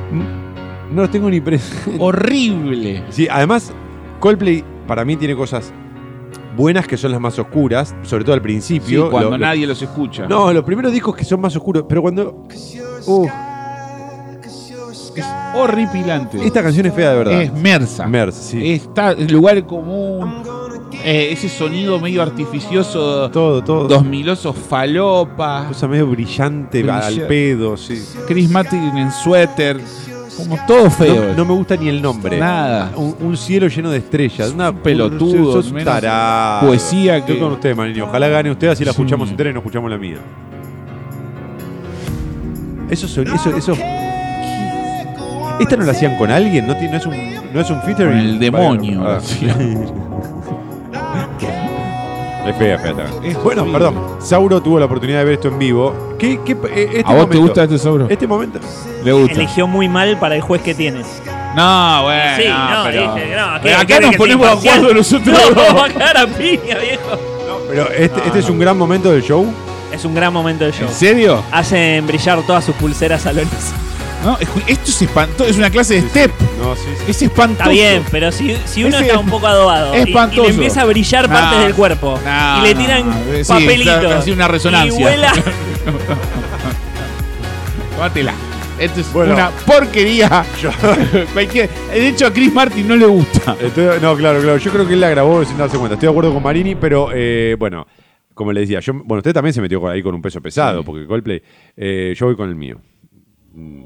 Speaker 2: No lo tengo ni presente.
Speaker 3: horrible.
Speaker 2: Sí, además, Coldplay para mí tiene cosas buenas que son las más oscuras, sobre todo al
Speaker 3: Sí,
Speaker 2: principio.
Speaker 3: cuando
Speaker 2: Lo- lo-
Speaker 3: nadie los escucha.
Speaker 2: No, los primeros discos que son más oscuros, pero cuando. Uh.
Speaker 3: es horripilante.
Speaker 2: Esta canción es fea de verdad.
Speaker 3: es Mersa.
Speaker 2: Mers, sí.
Speaker 3: Está el lugar común. eh, ese sonido medio artificioso,
Speaker 2: todo, todo.
Speaker 3: dos milosos falopa.
Speaker 2: Cosa medio brillante, al
Speaker 3: Brillante.
Speaker 2: pedo, sí.
Speaker 3: Chris Martin en suéter. Como todo feo.
Speaker 2: No, no me gusta ni el nombre.
Speaker 3: Nada.
Speaker 2: Un, un cielo lleno de estrellas. Una,
Speaker 3: pelotudo,
Speaker 2: sos
Speaker 3: menos
Speaker 2: tarado.
Speaker 3: poesía que-
Speaker 2: Estoy con usted, Manini. Ojalá gane usted, así la
Speaker 3: Sí.
Speaker 2: escuchamos entera y no escuchamos la mía. Eso, son- eso, eso. ¿Esta no la hacían con alguien? ¿No, tiene- no es un, no es un featuring?
Speaker 3: Con el demonio.
Speaker 2: Ah. *laughs* Ah, Es fea, fea. esta.
Speaker 3: Es
Speaker 2: bueno,
Speaker 3: horrible.
Speaker 2: perdón. Sauro tuvo la oportunidad de ver esto en vivo. ¿Qué, qué- eh, este
Speaker 3: ¿A vos te
Speaker 2: momento-
Speaker 3: gusta este sobro?
Speaker 2: Este momento.
Speaker 3: Le gusta.
Speaker 4: Eligió muy mal para el juez que tiene.
Speaker 3: Eh, No, bueno.
Speaker 4: Sí, no,
Speaker 3: pero-
Speaker 4: dije, no, ¿qué-
Speaker 3: pero acá
Speaker 4: qué
Speaker 3: nos
Speaker 4: que
Speaker 3: ponemos de
Speaker 4: sea
Speaker 3: acuerdo
Speaker 4: imparcial?
Speaker 3: nosotros.
Speaker 4: *laughs* No,
Speaker 3: dos.
Speaker 4: vamos a quedar a piña, viejo.
Speaker 2: Pero este, este es un gran momento del show.
Speaker 4: Es un gran momento del show.
Speaker 3: ¿En serio?
Speaker 4: Hacen brillar todas sus pulseras a Lorenzo.
Speaker 3: No, escu- esto es espantoso. Es una clase de step.
Speaker 2: No, sí, sí.
Speaker 3: Es espantoso.
Speaker 4: Está bien, pero si, si uno
Speaker 3: Ese
Speaker 4: está
Speaker 3: es-
Speaker 4: un poco adobado
Speaker 3: es
Speaker 4: y- y,
Speaker 3: espantoso.
Speaker 4: le empieza a brillar
Speaker 3: No,
Speaker 4: partes del cuerpo
Speaker 3: no,
Speaker 4: y le
Speaker 3: no,
Speaker 4: tiran
Speaker 3: no, sí,
Speaker 4: papelitos
Speaker 3: está- hace una resonancia. *laughs*
Speaker 4: y vuela,
Speaker 3: Tómatela. Esto es
Speaker 2: Bueno.
Speaker 3: una porquería. *laughs* Cualquier- de hecho, a Chris Martin no le gusta.
Speaker 2: Estoy- no, claro, claro. Yo creo que él la grabó sin darse cuenta. Estoy de acuerdo con Marini, pero eh, bueno, como le decía, yo, bueno, usted también se metió con- ahí con un peso pesado, porque Coldplay, eh, yo voy con el mío. Mm.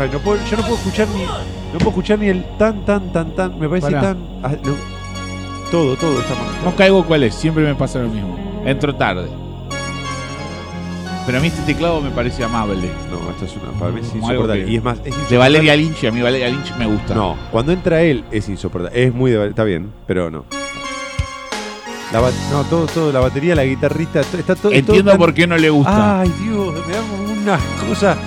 Speaker 2: Ay, no puedo- yo no puedo escuchar ni, no puedo escuchar ni el tan, tan, tan, tan. Me parece
Speaker 3: Pará.
Speaker 2: tan. ah, no. todo, todo está mal.
Speaker 3: No caigo cuál es. Siempre me pasa lo mismo. Entro tarde. Pero a mí este teclado me parece amable.
Speaker 2: No, esto es una. Para mí es
Speaker 3: Como algo
Speaker 2: insoportable.
Speaker 3: que-
Speaker 2: Y es más, es
Speaker 3: De
Speaker 2: insoportable.
Speaker 3: Valeria Lynch. A mí Valeria Lynch me gusta.
Speaker 2: No, cuando entra él es insoportable. Es muy de- está bien, pero no. La ba- no, todo, todo, la batería, la guitarrita, to- está todo.
Speaker 3: Entiendo
Speaker 2: todo tan-
Speaker 3: por qué no le gusta.
Speaker 2: Ay, Dios, me dan unas cosas.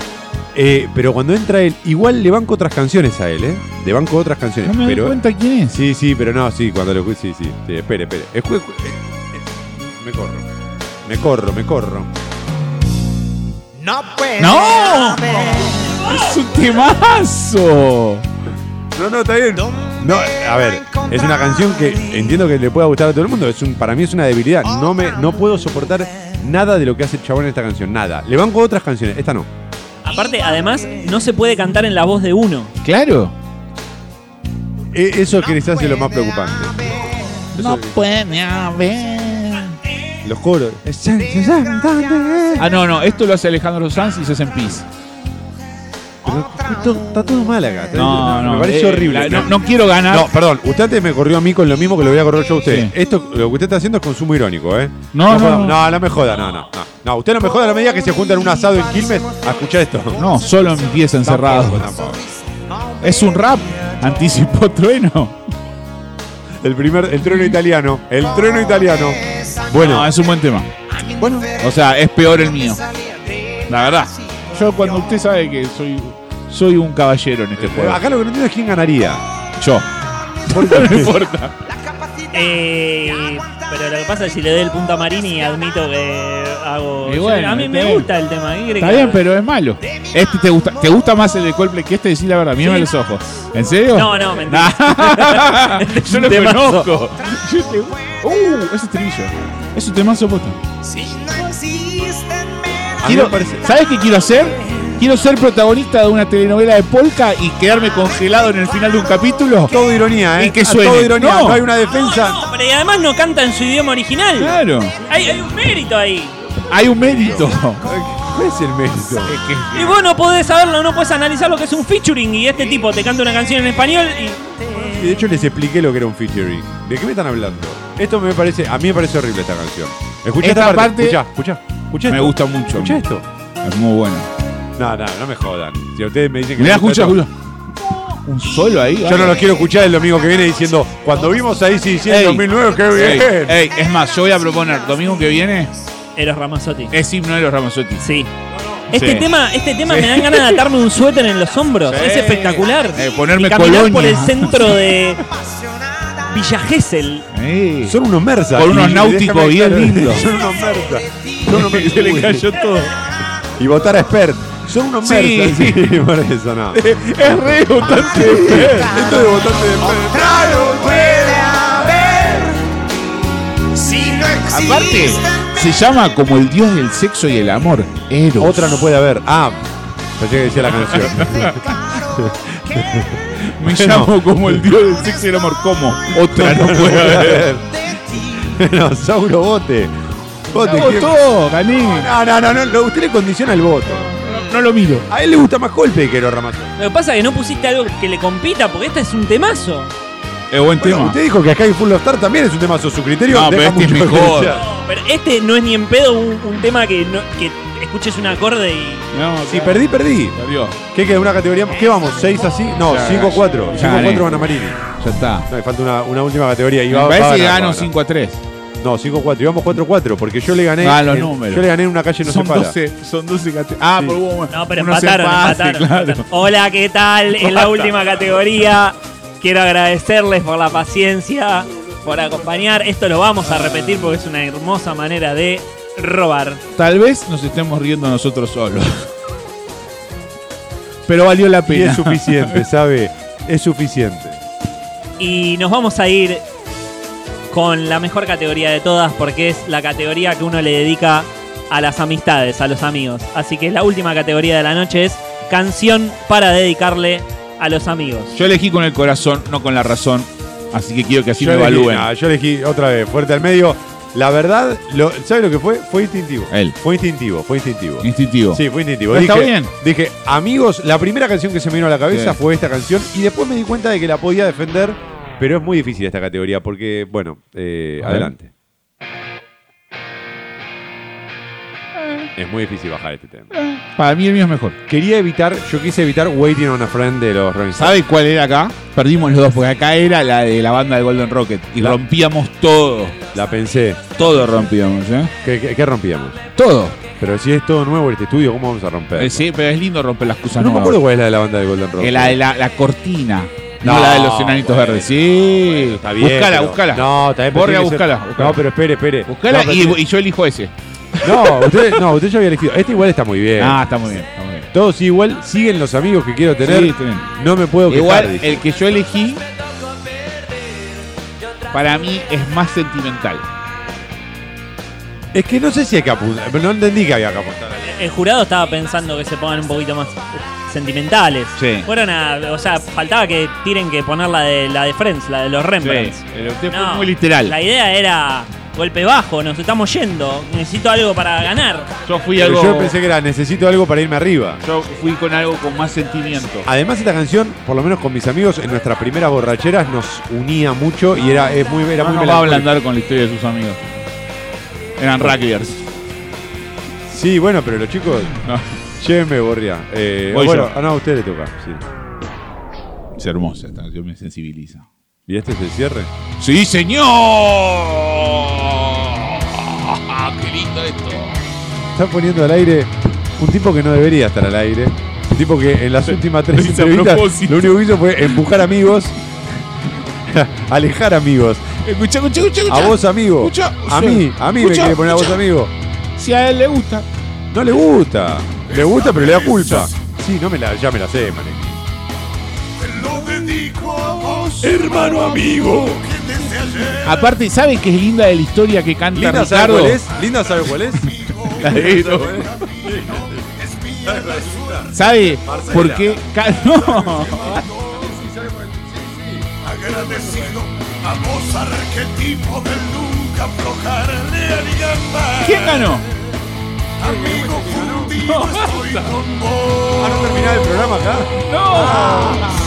Speaker 2: Eh, pero cuando entra él, igual le banco otras canciones a él, ¿eh? Le banco otras canciones.
Speaker 3: no me
Speaker 2: pero,
Speaker 3: doy cuenta quién es.
Speaker 2: Sí, sí, pero no, sí, cuando lo escu- Sí, sí, sí, espere, espere. Escu- escu- eh, eh, me corro. Me corro, me corro.
Speaker 6: No puede
Speaker 3: ¡No!
Speaker 6: haber
Speaker 3: ¡Es un temazo!
Speaker 2: No, no, está bien. No, a ver, es una canción que entiendo que le pueda gustar a todo el mundo. Es un, para mí es una debilidad. No, me, no puedo soportar nada de lo que hace el chabón en esta canción. Nada. Le banco otras canciones. Esta no.
Speaker 4: Aparte, además, no se puede cantar en la voz de uno.
Speaker 3: Claro.
Speaker 2: E- eso que les hace lo más preocupante.
Speaker 3: No puede haber.
Speaker 2: Los coros.
Speaker 3: Ah, no, no, esto lo hace Alejandro Sanz y se hace en pis.
Speaker 2: Está todo- está todo mal acá. Está-
Speaker 3: No, no.
Speaker 2: Me parece
Speaker 3: eh,
Speaker 2: horrible.
Speaker 3: la- no, no quiero ganar.
Speaker 2: No, perdón, usted antes me corrió a mí con lo mismo que lo voy a correr yo a usted.
Speaker 3: Sí.
Speaker 2: Esto, lo que usted está haciendo es consumo irónico, ¿eh?
Speaker 3: No, no,
Speaker 2: joda-
Speaker 3: no.
Speaker 2: no, no me joda, no, no, no. No, usted no me joda a la medida que se juntan en un asado en Quilmes a escuchar esto.
Speaker 3: No, solo empieza encerrado.
Speaker 2: Tampoco, tampoco.
Speaker 3: Es un rap. Anticipó *laughs* trueno.
Speaker 2: El primer, el trueno italiano, el trueno italiano.
Speaker 3: Bueno.
Speaker 2: Bueno,
Speaker 3: No, es un buen tema.
Speaker 2: bueno,
Speaker 3: O sea, es peor el mío. La verdad. Yo cuando usted sabe que soy, soy un caballero en este juego.
Speaker 2: acá lo que no entiendo es quién ganaría.
Speaker 3: Yo. No importa.
Speaker 4: Eh, pero lo que pasa es que si le doy el punto a Marini, admito que hago.
Speaker 3: Y bueno,
Speaker 4: a mí
Speaker 3: está
Speaker 4: me
Speaker 3: bien.
Speaker 4: gusta el tema. ¿qué crees
Speaker 3: Está
Speaker 4: que
Speaker 3: bien,
Speaker 4: haga?
Speaker 3: pero es malo. Este te gusta, te gusta más el de Coldplay que este, decir la verdad, mírame los ojos. ¿En serio?
Speaker 4: No, no,
Speaker 3: *laughs*
Speaker 4: mentira.
Speaker 3: Nah. Yo lo
Speaker 4: Temazo.
Speaker 3: conozco. Yo te- Uh, ese estribillo. Es un temazo posta.
Speaker 2: A mí me
Speaker 3: Quiero,
Speaker 2: parece-
Speaker 3: ¿Sabes qué quiero hacer? Quiero ser protagonista de una telenovela de polka y quedarme congelado en el final de un capítulo.
Speaker 2: todo ironía, ¿eh?
Speaker 3: Y que
Speaker 2: Ah, Todo
Speaker 3: suene.
Speaker 2: ironía, no,
Speaker 3: No.
Speaker 2: hay una defensa.
Speaker 4: No, pero y además no canta en su idioma original.
Speaker 3: Claro,
Speaker 4: Hay, hay un mérito ahí.
Speaker 3: hay un mérito.
Speaker 2: ¿Cuál es el mérito?
Speaker 4: Y vos no podés saberlo, no podés analizar lo que es un featuring. Y este tipo te canta una canción en español y.
Speaker 2: Y de hecho les expliqué lo que era un featuring. ¿De qué me están hablando? Esto me parece, a mí me parece horrible esta canción. Escucha
Speaker 3: Esta
Speaker 2: esta, parte.
Speaker 3: parte-
Speaker 2: Escucha, escucha, escucha.
Speaker 3: Me gusta mucho.
Speaker 2: Escucha esto.
Speaker 3: Es muy bueno.
Speaker 2: No, no, no me jodan. Si a ustedes me dicen que
Speaker 3: Mirá,
Speaker 2: les gusta
Speaker 3: escucha,
Speaker 2: esto-
Speaker 3: escucha. Un solo ahí.
Speaker 2: Yo no los quiero escuchar el domingo que viene diciendo, cuando vimos ahí sí, sí, en
Speaker 3: Ey.
Speaker 2: 2009, qué
Speaker 3: Ey,
Speaker 2: bien.
Speaker 3: ey, es más, yo voy a proponer, domingo que viene,
Speaker 4: Eros Ramazzotti.
Speaker 3: es himno de los Ramazzotti.
Speaker 4: Sí. Este
Speaker 3: Sí.
Speaker 4: tema, este tema
Speaker 3: Sí.
Speaker 4: me dan ganas de atarme un suéter en los hombros.
Speaker 3: Sí.
Speaker 4: Es espectacular.
Speaker 3: Eh, ponerme
Speaker 4: y caminar
Speaker 3: colonia.
Speaker 4: por el centro de Villa Gesell.
Speaker 3: Ey.
Speaker 2: Son unos mersas.
Speaker 3: Con unos
Speaker 2: Y
Speaker 3: náuticos
Speaker 2: déjame
Speaker 3: bien
Speaker 2: aclarar,
Speaker 3: lindos.
Speaker 2: Son unos mersas. Son unos mersas.
Speaker 3: *laughs* Se le cayó
Speaker 2: todo. Y votar a expert. Son unos
Speaker 3: Sí.
Speaker 2: mersas. Sí, por eso no.
Speaker 3: *laughs* Es re votante de Fer.
Speaker 2: Esto de votante de expert.
Speaker 3: Aparte, se llama como el dios del sexo y el amor. Eros.
Speaker 2: Otra no puede haber. Ah, Pensé que decía la
Speaker 3: *laughs*
Speaker 2: canción.
Speaker 3: Me llamo como el dios del sexo y el amor. ¿Cómo? Otra no puede *laughs* haber.
Speaker 2: *laughs* no, Sauro, vote. Vote.
Speaker 3: Ya
Speaker 2: ¿quién-
Speaker 3: votó, gané.
Speaker 2: No, no, no, no, lo- usted le condiciona el voto.
Speaker 3: No lo miro.
Speaker 2: A él le gusta más Colpequero Ramazón.
Speaker 4: Lo que pasa es que no pusiste algo que le compita, porque este es un temazo.
Speaker 3: Es buen
Speaker 2: Bueno, usted dijo que acá hay Full of Star también es un tema a su criterio.
Speaker 3: No, pero
Speaker 2: deja
Speaker 3: este es
Speaker 2: mucho que
Speaker 3: mejor.
Speaker 2: desear.
Speaker 4: Pero este no es ni en pedo un, un tema que, no- que escuches un acorde y.
Speaker 3: No,
Speaker 2: Si perdí, perdí.
Speaker 3: Perdió.
Speaker 2: ¿Qué queda? ¿Una categoría más? ¿Qué vamos? ¿Seis así? No,
Speaker 3: Ya,
Speaker 2: cinco, cuatro.
Speaker 3: ya
Speaker 2: Cinco,
Speaker 3: gané.
Speaker 2: cuatro van a Marini.
Speaker 3: Ya está.
Speaker 2: No, me falta una, una última categoría. Y
Speaker 3: Me
Speaker 2: va- va a
Speaker 3: parece que
Speaker 2: ganar, va a
Speaker 3: gano
Speaker 2: ganar.
Speaker 3: 5 a 3.
Speaker 2: No, 5-4. Íbamos 4-4, porque yo le gané.
Speaker 3: Ah, los
Speaker 2: en-
Speaker 3: números.
Speaker 2: Yo le gané en una calle no
Speaker 3: son,
Speaker 2: se para.
Speaker 3: 12, son 12 cate- Ah,
Speaker 2: Sí.
Speaker 3: por hubo
Speaker 4: No, pero
Speaker 3: unos
Speaker 4: empataron,
Speaker 3: empates,
Speaker 4: empataron,
Speaker 3: claro.
Speaker 4: empataron. Hola, ¿qué tal? En la última categoría. Quiero agradecerles por la paciencia, por acompañar. Esto lo vamos a repetir porque es una hermosa manera de robar.
Speaker 3: Tal vez nos estemos riendo nosotros solos. Pero valió la
Speaker 2: Y
Speaker 3: pena.
Speaker 2: es
Speaker 3: *laughs*
Speaker 2: suficiente, ¿sabe? Es suficiente.
Speaker 4: Y nos vamos a ir con la mejor categoría de todas porque es la categoría que uno le dedica a las amistades, a los amigos. Así que la última categoría de la noche es canción para dedicarle a los amigos.
Speaker 3: Yo elegí con el corazón, no con la razón. Así que quiero que así
Speaker 2: yo,
Speaker 3: me
Speaker 2: elegí,
Speaker 3: evalúen.
Speaker 2: no, yo elegí otra vez, fuerte al medio. La verdad, lo, ¿sabe lo que fue? Fue instintivo.
Speaker 3: Él.
Speaker 2: Fue instintivo, fue instintivo.
Speaker 3: Instintivo.
Speaker 2: Sí, fue instintivo.
Speaker 3: Pero
Speaker 2: Dije,
Speaker 3: está bien.
Speaker 2: dije, amigos, la primera canción que se me vino a la cabeza
Speaker 3: Sí.
Speaker 2: fue esta canción y después me di cuenta de que la podía defender, pero es muy difícil esta categoría porque, bueno, eh,
Speaker 3: A ver.
Speaker 2: adelante. Es muy difícil bajar este tema.
Speaker 3: Para mí el mío es mejor.
Speaker 2: Quería evitar, yo quise evitar Waiting on a Friend de los Rolling Stones.
Speaker 3: ¿Sabe cuál era acá? Perdimos los dos, porque acá era la de la banda de Golden Rocket. Y
Speaker 2: La-
Speaker 3: rompíamos todo.
Speaker 2: La pensé.
Speaker 3: Todo rompíamos, ¿eh?
Speaker 2: ¿Qué, qué- qué rompíamos?
Speaker 3: Todo.
Speaker 2: Pero si es todo nuevo este estudio, ¿cómo vamos a romper?
Speaker 3: Eh, sí, pero es lindo romper las cosas
Speaker 2: no me
Speaker 3: nuevas.
Speaker 2: acuerdo cuál es la de la banda de Golden Rock.
Speaker 3: Eh, la de la, la cortina. No,
Speaker 2: No,
Speaker 3: la de los enanitos
Speaker 2: bueno,
Speaker 3: verdes. Sí.
Speaker 2: Está bien.
Speaker 3: Buscala,
Speaker 2: pero-
Speaker 3: buscala.
Speaker 2: No, también pero
Speaker 3: Borja,
Speaker 2: tiene que ser-
Speaker 3: buscala, buscala.
Speaker 2: No, pero espere, espere.
Speaker 3: Buscala
Speaker 2: No, pero
Speaker 3: y,
Speaker 2: tiene-
Speaker 3: y yo elijo ese. *laughs*
Speaker 2: No, usted, no, usted ya había elegido. Este igual está muy bien.
Speaker 3: Ah, está muy bien. Está muy bien.
Speaker 2: Todos igual siguen los amigos que quiero tener.
Speaker 3: Sí, está bien.
Speaker 2: No me puedo quejar.
Speaker 3: Igual
Speaker 2: dice.
Speaker 3: el que yo elegí para mí es más sentimental.
Speaker 2: Es que no sé si hay que apuntar. No entendí que había que apuntar.
Speaker 4: El jurado estaba pensando que se pongan un poquito más sentimentales.
Speaker 3: Sí.
Speaker 4: Fueron a. O sea, faltaba que tiren que poner la de, la de Friends, la de los Rembrandts.
Speaker 3: pero usted
Speaker 4: No,
Speaker 3: fue muy literal.
Speaker 4: La idea era golpe bajo, nos estamos yendo. Necesito algo para ganar.
Speaker 3: Yo fui
Speaker 2: Pero
Speaker 3: algo
Speaker 2: yo pensé que era necesito algo para irme arriba.
Speaker 3: yo fui con algo con más sentimiento.
Speaker 2: Además esta canción, por lo menos con mis amigos, en nuestras primeras borracheras nos unía mucho y era, es muy, era
Speaker 3: Ah,
Speaker 2: muy
Speaker 3: No nos va a
Speaker 2: melancólica.
Speaker 3: ablandar con la historia de sus amigos. Eran rugbyers.
Speaker 2: Sí, bueno, pero los chicos,
Speaker 3: No,
Speaker 2: llévenme, Borria. Eh,
Speaker 3: Voy
Speaker 2: bueno,
Speaker 3: yo.
Speaker 2: ah, no, a usted le toca. sí.
Speaker 3: Es hermosa esta canción, me sensibiliza.
Speaker 2: ¿Y este es el cierre?
Speaker 3: ¡Sí, señor! ¡Qué lindo esto!
Speaker 2: Está poniendo al aire un tipo que no debería estar al aire. Un tipo que en las últimas tres
Speaker 3: Lo hice a
Speaker 2: entrevistas
Speaker 3: propósito.
Speaker 2: lo único que hizo fue empujar amigos, *laughs* alejar amigos.
Speaker 3: Escucha, escucha, escucha.
Speaker 2: A vos, amigo.
Speaker 3: Escucha,
Speaker 2: A
Speaker 3: sí.
Speaker 2: mí, a mí me
Speaker 3: Escucha,
Speaker 2: quiere poner a vos,
Speaker 3: escucha.
Speaker 2: amigo.
Speaker 3: Si a él le gusta.
Speaker 2: No le gusta. Le gusta, pero le da culpa. Sí, no me la, ya me la sé, mané.
Speaker 5: hermano amigo.
Speaker 3: Aparte, ¿sabes qué es linda de la historia que canta
Speaker 2: Linda sabe
Speaker 3: Ricardo?
Speaker 2: cuál es. Linda sabe cuál
Speaker 3: *laughs*
Speaker 2: es.
Speaker 3: ¿Sabe
Speaker 2: Marcela.
Speaker 3: por qué? Ca- *laughs* No.
Speaker 5: Agradecido a vos arquetipo de nunca aflojarle al llamar.
Speaker 3: ¿Quién ganó?
Speaker 5: Amigo fundido estoy con vos.
Speaker 2: ¿Van a terminar el programa acá?
Speaker 3: ¡No!